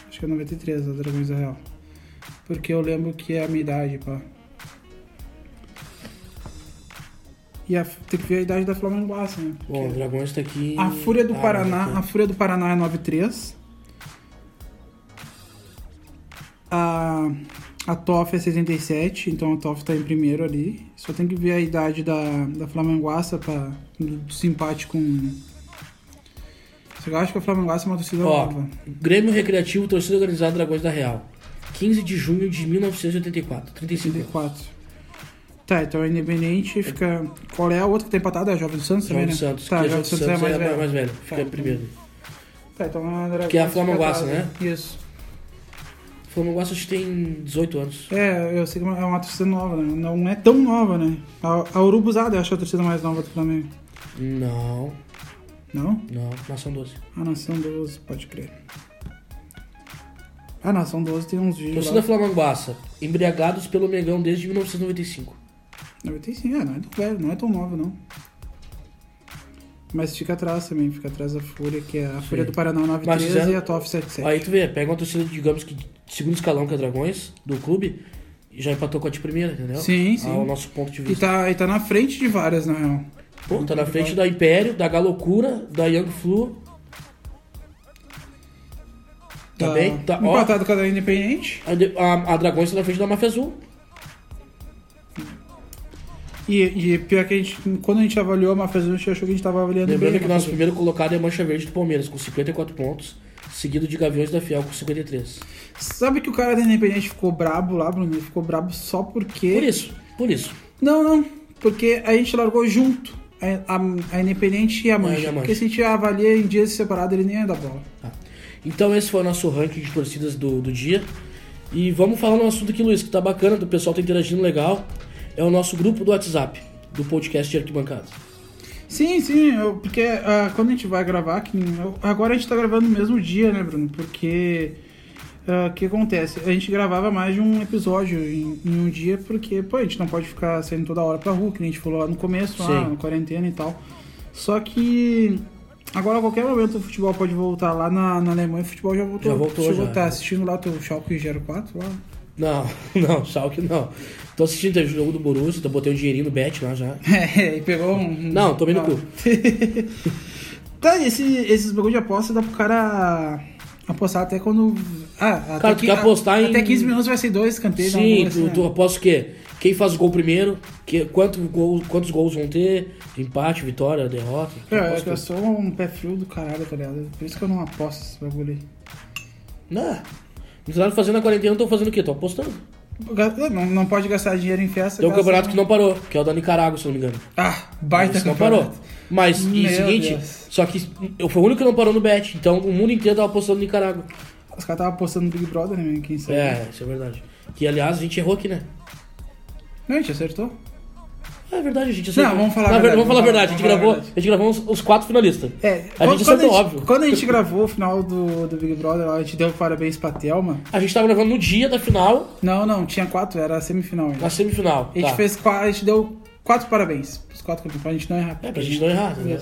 [SPEAKER 1] Acho que é 93 a Dragões da Real. Porque eu lembro que é a minha idade, pá. E a- tem que ver a idade da Flamenguaça, né?
[SPEAKER 2] Bom, o Dragões tá aqui.
[SPEAKER 1] A Fúria do
[SPEAKER 2] Ah,
[SPEAKER 1] Paraná,
[SPEAKER 2] não,
[SPEAKER 1] a Fúria do Paraná é 93. A a TOF é 77, então a TOF tá em primeiro ali. Só tem que ver a idade da, da Flamenguaça pra, do, do simpate com. Eu acho que a Flamenguaça é uma torcida
[SPEAKER 2] Ó,
[SPEAKER 1] nova.
[SPEAKER 2] Grêmio Recreativo, torcida organizada Dragões da Real. 15 de junho de 1984. 35 anos.
[SPEAKER 1] 34. Tá, então a Independente fica. Qual é a outra que tá empatada? É a Jovem do Santos
[SPEAKER 2] João
[SPEAKER 1] também,
[SPEAKER 2] dos
[SPEAKER 1] né?
[SPEAKER 2] Santos.
[SPEAKER 1] Tá,
[SPEAKER 2] que
[SPEAKER 1] a Jovem do Santos é a mais velha.
[SPEAKER 2] mais velha. Fica
[SPEAKER 1] Tá.
[SPEAKER 2] em primeiro.
[SPEAKER 1] Tá, então a Dragões
[SPEAKER 2] Que é a
[SPEAKER 1] fica
[SPEAKER 2] Flamenguaça,
[SPEAKER 1] atrás,
[SPEAKER 2] né?
[SPEAKER 1] Isso.
[SPEAKER 2] O Flamengo acho que tem 18 anos.
[SPEAKER 1] É, eu sei que é uma torcida nova, né? Não é tão nova, né? A, a Urubuzada eu acho a torcida mais nova do Flamengo.
[SPEAKER 2] Não,
[SPEAKER 1] Não?
[SPEAKER 2] não. Nação 12.
[SPEAKER 1] A Nação 12, pode crer. A Nação 12 tem uns vídeos
[SPEAKER 2] Torcida
[SPEAKER 1] lá.
[SPEAKER 2] Flamanguaça, embriagados pelo Megão desde 1995.
[SPEAKER 1] 95, é, não é tão velho, não é tão nova, não. Mas fica atrás também, fica atrás da Fúria, que é a Fúria do Paraná
[SPEAKER 2] Mas
[SPEAKER 1] 93
[SPEAKER 2] fizeram-
[SPEAKER 1] e a TOF 77.
[SPEAKER 2] Aí tu vê, pega uma torcida, digamos que de segundo escalão que é Dragões, do clube, e já empatou com a de primeira, entendeu?
[SPEAKER 1] Sim, sim.
[SPEAKER 2] Ao nosso ponto de
[SPEAKER 1] E
[SPEAKER 2] vista.
[SPEAKER 1] tá, e tá na frente de várias, na real.
[SPEAKER 2] Pô, tá na frente da Império, da Galocura, da Young Flu. Tá bem? Tá, ó,
[SPEAKER 1] Empatado com a da Independente.
[SPEAKER 2] a, de- a- a Dragões tá na frente da Mafia Azul.
[SPEAKER 1] E, e pior que a gente, quando a gente avaliou a Mafia Azul, a gente achou que a gente tava avaliando
[SPEAKER 2] Lembrando
[SPEAKER 1] bem.
[SPEAKER 2] que o nosso primeiro colocado é Mancha Verde do Palmeiras, com 54 pontos, seguido de Gaviões da Fiel com 53.
[SPEAKER 1] Sabe que o cara da Independente ficou brabo lá, Bruno? Ele ficou brabo só porque.
[SPEAKER 2] Por isso, por isso.
[SPEAKER 1] Não, não. Porque a gente largou junto a, a- a Independente e a Mancha.
[SPEAKER 2] É, e a Mancha.
[SPEAKER 1] Porque se a gente avalia em dias separados, ele nem ia dar bola.
[SPEAKER 2] Tá. Então esse foi o nosso ranking de torcidas do, do dia. E vamos falar num assunto aqui, Luiz, que tá bacana, o pessoal tá interagindo legal. É o nosso grupo do WhatsApp, do podcast de arquibancada.
[SPEAKER 1] Sim, sim. eu- porque ah, quando a gente vai gravar, que nem eu- agora a gente tá gravando no mesmo dia, né, Bruno? Porque. ah, O que acontece? A gente gravava mais de um episódio em, em um dia, porque pô, a gente não pode ficar saindo toda hora pra rua, que nem a gente falou lá no começo, lá
[SPEAKER 2] Sim.
[SPEAKER 1] na quarentena e tal. Só que Agora, a qualquer momento, o futebol pode voltar lá na, na Alemanha. O futebol já voltou.
[SPEAKER 2] Já voltou,
[SPEAKER 1] Chegou,
[SPEAKER 2] já.
[SPEAKER 1] Tá assistindo lá o teu Schalke 04 lá.
[SPEAKER 2] Não, não, Schalke não. Tô assistindo o jogo do Borussia, tô botei um dinheirinho no bet lá já.
[SPEAKER 1] É, e pegou um.
[SPEAKER 2] Não, tomei no cu.
[SPEAKER 1] tá, esse, esses bagulho de aposta dá pro cara apostar até quando. Ah, até
[SPEAKER 2] Cara, tu
[SPEAKER 1] que-
[SPEAKER 2] quer apostar
[SPEAKER 1] a-
[SPEAKER 2] em-
[SPEAKER 1] Até 15 minutos vai ser dois canteiros.
[SPEAKER 2] Sim, tu,
[SPEAKER 1] assim, né?
[SPEAKER 2] tu aposta o quê? Quem faz o gol primeiro, que, quanto gol- quantos gols vão ter, empate, vitória, derrota. tu
[SPEAKER 1] Eu,
[SPEAKER 2] aposta-
[SPEAKER 1] eu sou um pé frio do caralho, tá ligado? Por isso que eu não aposto esse bagulho aí.
[SPEAKER 2] Não, não tô nada fazendo na quarentena, eu tô fazendo o quê? Tô apostando.
[SPEAKER 1] Não, não pode gastar dinheiro em festa.
[SPEAKER 2] Tem um
[SPEAKER 1] gasta-
[SPEAKER 2] campeonato que não parou, que é o da Nicarágua, se eu não me engano.
[SPEAKER 1] Ah, baita
[SPEAKER 2] Esse não
[SPEAKER 1] campeonato.
[SPEAKER 2] parou. Mas, e
[SPEAKER 1] Meu
[SPEAKER 2] o seguinte,
[SPEAKER 1] Deus.
[SPEAKER 2] só que eu fui o único que não parou no bet, então o mundo inteiro tava apostando no Nicarágua.
[SPEAKER 1] Os caras estavam apostando no Big Brother, né? Quem sabe?
[SPEAKER 2] É, isso é verdade. Que, aliás, a gente errou aqui, né?
[SPEAKER 1] Não, a gente acertou.
[SPEAKER 2] Ah, é verdade, a gente
[SPEAKER 1] Não, vamos falar a
[SPEAKER 2] Na
[SPEAKER 1] verdade,
[SPEAKER 2] Vamos falar a
[SPEAKER 1] vamos
[SPEAKER 2] verdade, a gente
[SPEAKER 1] falar a
[SPEAKER 2] gravou,
[SPEAKER 1] verdade.
[SPEAKER 2] a gente gravou uns- os quatro finalistas.
[SPEAKER 1] É,
[SPEAKER 2] a gente acertou, óbvio.
[SPEAKER 1] Quando a gente gravou o final do, do Big Brother, lá, a gente deu parabéns pra Thelma.
[SPEAKER 2] A gente tava gravando no dia da final,
[SPEAKER 1] Não, não, tinha quatro, era a semifinal ainda.
[SPEAKER 2] na semifinal.
[SPEAKER 1] A gente
[SPEAKER 2] tá.
[SPEAKER 1] fez quatro, a gente deu quatro parabéns pros quatro campeões, pra gente não errar.
[SPEAKER 2] É, pra gente não errar, né?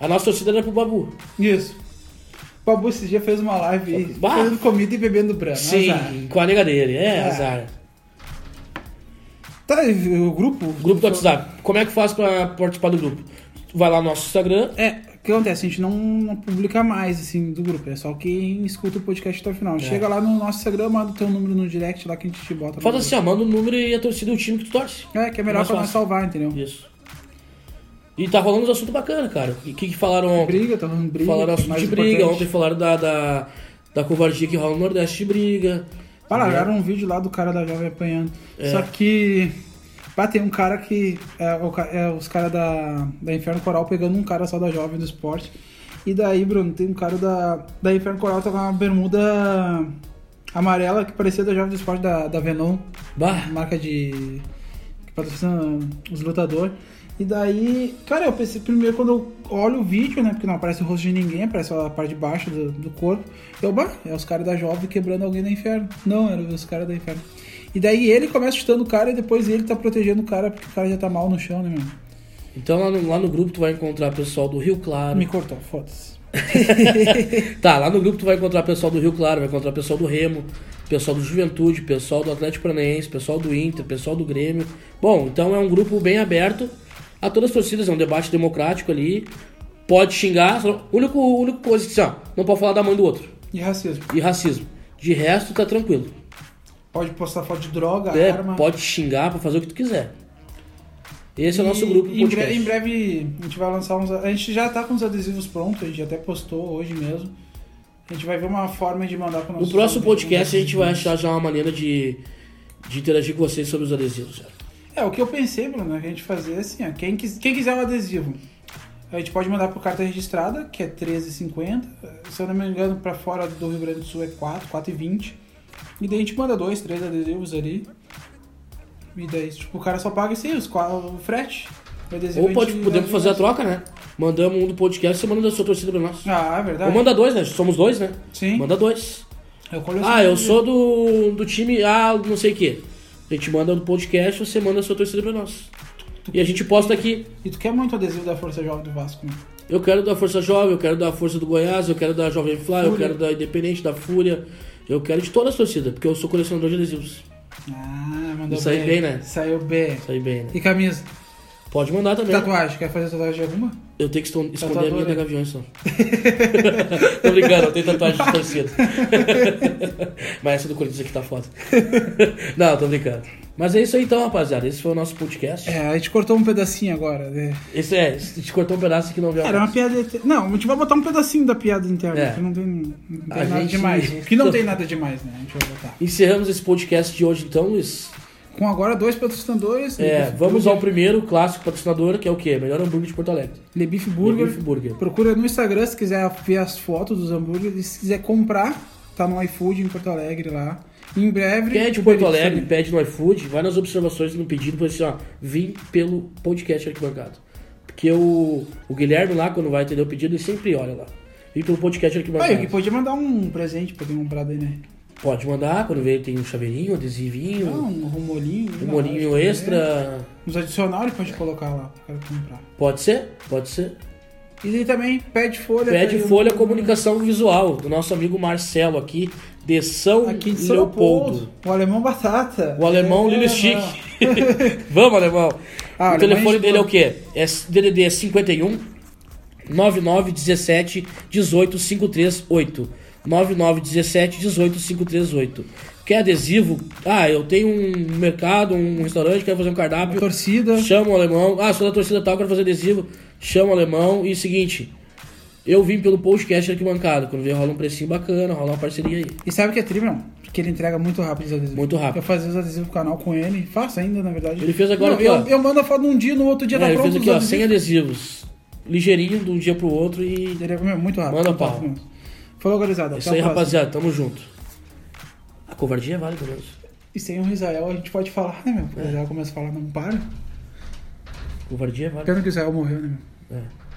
[SPEAKER 2] A nossa torcida era pro
[SPEAKER 1] Tá
[SPEAKER 2] Babu.
[SPEAKER 1] Isso. O Babu esse dia fez uma live aí,
[SPEAKER 2] Bah.
[SPEAKER 1] fazendo comida e bebendo né, brama.
[SPEAKER 2] Sim,
[SPEAKER 1] azar.
[SPEAKER 2] com a nega dele. É,
[SPEAKER 1] Ah.
[SPEAKER 2] azar.
[SPEAKER 1] Tá, e o grupo?
[SPEAKER 2] Grupo do WhatsApp. Como é que faz pra participar do grupo? Tu Vai lá no nosso Instagram.
[SPEAKER 1] É, o que acontece? A gente não, não publica mais, assim, do grupo. É só quem escuta o podcast até o
[SPEAKER 2] É.
[SPEAKER 1] final. Chega lá no nosso Instagram, manda o teu número no direct lá que a gente te bota. no
[SPEAKER 2] Faz
[SPEAKER 1] grupo.
[SPEAKER 2] assim, ó, manda o número e a torcida do time que tu torce.
[SPEAKER 1] É, que é melhor
[SPEAKER 2] Mais
[SPEAKER 1] pra nós
[SPEAKER 2] fácil.
[SPEAKER 1] salvar, entendeu?
[SPEAKER 2] Isso. E tá rolando uns assuntos bacanas, cara. O que, que falaram ontem?
[SPEAKER 1] Briga, tá falando briga.
[SPEAKER 2] falaram
[SPEAKER 1] que é
[SPEAKER 2] assunto
[SPEAKER 1] mais
[SPEAKER 2] de briga,
[SPEAKER 1] importante.
[SPEAKER 2] ontem falaram da, da, da covardia que rola no Nordeste de briga.
[SPEAKER 1] Pararam um vídeo lá do cara da Jovem apanhando.
[SPEAKER 2] É.
[SPEAKER 1] Só que. Pá, tem um cara que. É, o ca- é, os caras da, da Inferno Coral pegando um cara só da Jovem do esporte. E daí, Bruno, tem um cara da, da Inferno Coral tá com uma bermuda amarela que parecia da Jovem do Esporte da, da Venom,
[SPEAKER 2] Bah,
[SPEAKER 1] marca de. que patrocina os lutadores. E daí, cara, eu pensei primeiro quando eu olho o vídeo, né? Porque não aparece o rosto de ninguém, aparece só a parte de baixo do, do corpo. Eu, bah, é os caras da Jovem quebrando alguém da Inferno. Não, era os caras da Inferno. E daí ele começa chutando o cara e depois ele tá protegendo o cara porque o cara já tá mal no chão, né, meu?
[SPEAKER 2] então lá no, lá no grupo tu vai encontrar pessoal do Rio Claro.
[SPEAKER 1] Me cortou, foda-se.
[SPEAKER 2] Tá, lá no grupo tu vai encontrar pessoal do Rio Claro, vai encontrar pessoal do Remo, pessoal do Juventude, pessoal do Atlético Paranaense, pessoal do Inter, pessoal do Grêmio. Bom, então é um grupo bem aberto a todas as torcidas, é um debate democrático ali. Pode xingar, só- único, único coisa que assim, ó, não pode falar da mãe do outro.
[SPEAKER 1] E racismo.
[SPEAKER 2] E racismo. De resto, tá tranquilo.
[SPEAKER 1] Pode postar foto de droga,
[SPEAKER 2] É,
[SPEAKER 1] arma.
[SPEAKER 2] pode xingar pra fazer o que tu quiser. Esse é o nosso
[SPEAKER 1] E-
[SPEAKER 2] grupo
[SPEAKER 1] em, breve,
[SPEAKER 2] podcast.
[SPEAKER 1] em breve a gente vai lançar uns. A gente já tá com os adesivos prontos, a gente até postou hoje mesmo. A gente vai ver uma forma de mandar pro nosso. né?
[SPEAKER 2] No próximo podcast a gente vai achar já uma maneira de, de interagir com vocês sobre os adesivos. cara.
[SPEAKER 1] É, o que eu pensei, Bruno, é que a gente fazer assim, ó. Quem, quis- quem quiser o adesivo, a gente pode mandar por carta registrada, que é R$13,50. Se eu não me engano, pra fora do Rio Grande do Sul é 4, 4,20. E daí a gente manda dois, três adesivos ali. E daí, tipo, o cara só paga isso aí, os qua- o frete. O adesivo
[SPEAKER 2] Ou pode,
[SPEAKER 1] gente-
[SPEAKER 2] tipo, podemos fazer a troca, né? Mandamos um do podcast, você manda da sua torcida pra nós.
[SPEAKER 1] Ah, é
[SPEAKER 2] Ou
[SPEAKER 1] verdade.
[SPEAKER 2] manda dois, né? Somos dois, né?
[SPEAKER 1] Sim.
[SPEAKER 2] Manda dois.
[SPEAKER 1] Eu
[SPEAKER 2] Ah, eu sou do, do time A, não sei o quê. A gente manda do podcast, você manda a sua torcida pra nós. E a gente posta aqui.
[SPEAKER 1] E tu quer muito adesivo da Força Jovem do Vasco, né?
[SPEAKER 2] Eu quero da Força Jovem, eu quero da Força do Goiás, eu quero da Jovem Fly, eu
[SPEAKER 1] Fúria.
[SPEAKER 2] quero da Independente, da Fúria. Eu quero de todas as torcidas, porque eu sou colecionador de adesivos.
[SPEAKER 1] Ah, mandou
[SPEAKER 2] Isso aí bem, né?
[SPEAKER 1] Saiu bem.
[SPEAKER 2] Isso aí bem, né?
[SPEAKER 1] E camisa?
[SPEAKER 2] Pode mandar também.
[SPEAKER 1] Tatuagem, quer fazer tatuagem de alguma?
[SPEAKER 2] Eu tenho que eston- esconder a
[SPEAKER 1] Tatuador,
[SPEAKER 2] minha
[SPEAKER 1] né?
[SPEAKER 2] da Gaviões só. Tô brincando, eu tenho tatuagem de torcida. Mas essa do Corinthians aqui tá foda. Não, tô brincando. Mas é isso aí então, rapaziada. Esse foi o nosso podcast.
[SPEAKER 1] É, a gente cortou um pedacinho agora, né?
[SPEAKER 2] Esse é, a gente cortou um pedaço que não viu.
[SPEAKER 1] Era uma piada. inter- Não, a gente vai botar um pedacinho da piada interna,
[SPEAKER 2] É.
[SPEAKER 1] que não tem, não tem
[SPEAKER 2] A
[SPEAKER 1] nada
[SPEAKER 2] gente-
[SPEAKER 1] demais. O que não tem nada demais, né? A gente vai botar.
[SPEAKER 2] Encerramos esse podcast de hoje então, Luiz.
[SPEAKER 1] Com agora dois patrocinadores,
[SPEAKER 2] É,
[SPEAKER 1] Le Beef
[SPEAKER 2] vamos ao
[SPEAKER 1] Burger-
[SPEAKER 2] primeiro clássico patrocinador, que é o quê? Melhor hambúrguer de Porto Alegre.
[SPEAKER 1] Le Beef Burger.
[SPEAKER 2] Beef Burger.
[SPEAKER 1] Procura no Instagram se quiser ver as fotos dos hambúrgueres. E se quiser comprar, tá no iFood em Porto Alegre lá. Em breve.
[SPEAKER 2] Quem é de
[SPEAKER 1] Uber
[SPEAKER 2] Porto
[SPEAKER 1] Eats
[SPEAKER 2] Alegre,
[SPEAKER 1] também.
[SPEAKER 2] pede no iFood, vai nas observações no pedido, fala assim, ó, vim pelo podcast arquibancado. Porque o, o Guilherme lá, quando vai atender o pedido, ele sempre olha lá. Vim pelo
[SPEAKER 1] Ah,
[SPEAKER 2] podcast
[SPEAKER 1] eu
[SPEAKER 2] arquibancado.
[SPEAKER 1] que podia mandar um presente pra quem comprar daí, né?
[SPEAKER 2] Pode mandar, quando vê tem um chaveirinho, um adesivinho,
[SPEAKER 1] Ah, um romolinho.
[SPEAKER 2] um
[SPEAKER 1] né?
[SPEAKER 2] molinho
[SPEAKER 1] Acho que
[SPEAKER 2] extra.
[SPEAKER 1] é. Os adicionais pode colocar lá pro cara comprar.
[SPEAKER 2] Pode ser? Pode ser.
[SPEAKER 1] E daí também pede folha.
[SPEAKER 2] Pede
[SPEAKER 1] tá aí,
[SPEAKER 2] Folha
[SPEAKER 1] um-
[SPEAKER 2] Comunicação Visual, do nosso amigo Marcelo aqui, de São
[SPEAKER 1] Aqui de São
[SPEAKER 2] Leopoldo.
[SPEAKER 1] Leopoldo. O alemão batata.
[SPEAKER 2] O alemão
[SPEAKER 1] É,
[SPEAKER 2] Lilo
[SPEAKER 1] é,
[SPEAKER 2] Stick. Vamos, alemão.
[SPEAKER 1] Ah,
[SPEAKER 2] o
[SPEAKER 1] alemão
[SPEAKER 2] telefone
[SPEAKER 1] é
[SPEAKER 2] dele é o quê? É DDD é 51 99 17 18 538. 99 17 18 538. Quer adesivo? Ah, eu tenho um mercado, um restaurante, quero fazer um
[SPEAKER 1] é.
[SPEAKER 2] cardápio.
[SPEAKER 1] Torcida.
[SPEAKER 2] Chama o alemão. Ah, sou da torcida tal, quero fazer adesivo. Chama o alemão. E seguinte, eu vim pelo podcast aqui bancado. Quando vem, rola um precinho bacana, rola uma parceria aí.
[SPEAKER 1] E sabe o que é tri, não? Porque ele entrega muito rápido os adesivos.
[SPEAKER 2] Muito rápido.
[SPEAKER 1] Eu fazia os adesivos pro canal com ele. Faço ainda, na verdade.
[SPEAKER 2] Ele fez agora
[SPEAKER 1] Não,
[SPEAKER 2] aqui,
[SPEAKER 1] eu,
[SPEAKER 2] ó.
[SPEAKER 1] eu mando a foto num dia, no outro dia
[SPEAKER 2] É,
[SPEAKER 1] tá
[SPEAKER 2] ele
[SPEAKER 1] pronto
[SPEAKER 2] fez aqui, ó,
[SPEAKER 1] os
[SPEAKER 2] sem
[SPEAKER 1] adesivos.
[SPEAKER 2] adesivos. Ligeirinho de um dia pro outro e.
[SPEAKER 1] Ele é meu, muito rápido. tá,
[SPEAKER 2] Manda
[SPEAKER 1] Muito
[SPEAKER 2] pau.
[SPEAKER 1] rápido mesmo. Falou, gurizada. até
[SPEAKER 2] É isso
[SPEAKER 1] a
[SPEAKER 2] aí,
[SPEAKER 1] próxima.
[SPEAKER 2] rapaziada. Tamo junto. A covardia é vale, pelo menos.
[SPEAKER 1] E sem o Israel a gente pode falar, né, meu? O Israel começa a falar, não para.
[SPEAKER 2] Covardia é vale.
[SPEAKER 1] Pena que o Israel morreu, né, meu?
[SPEAKER 2] É.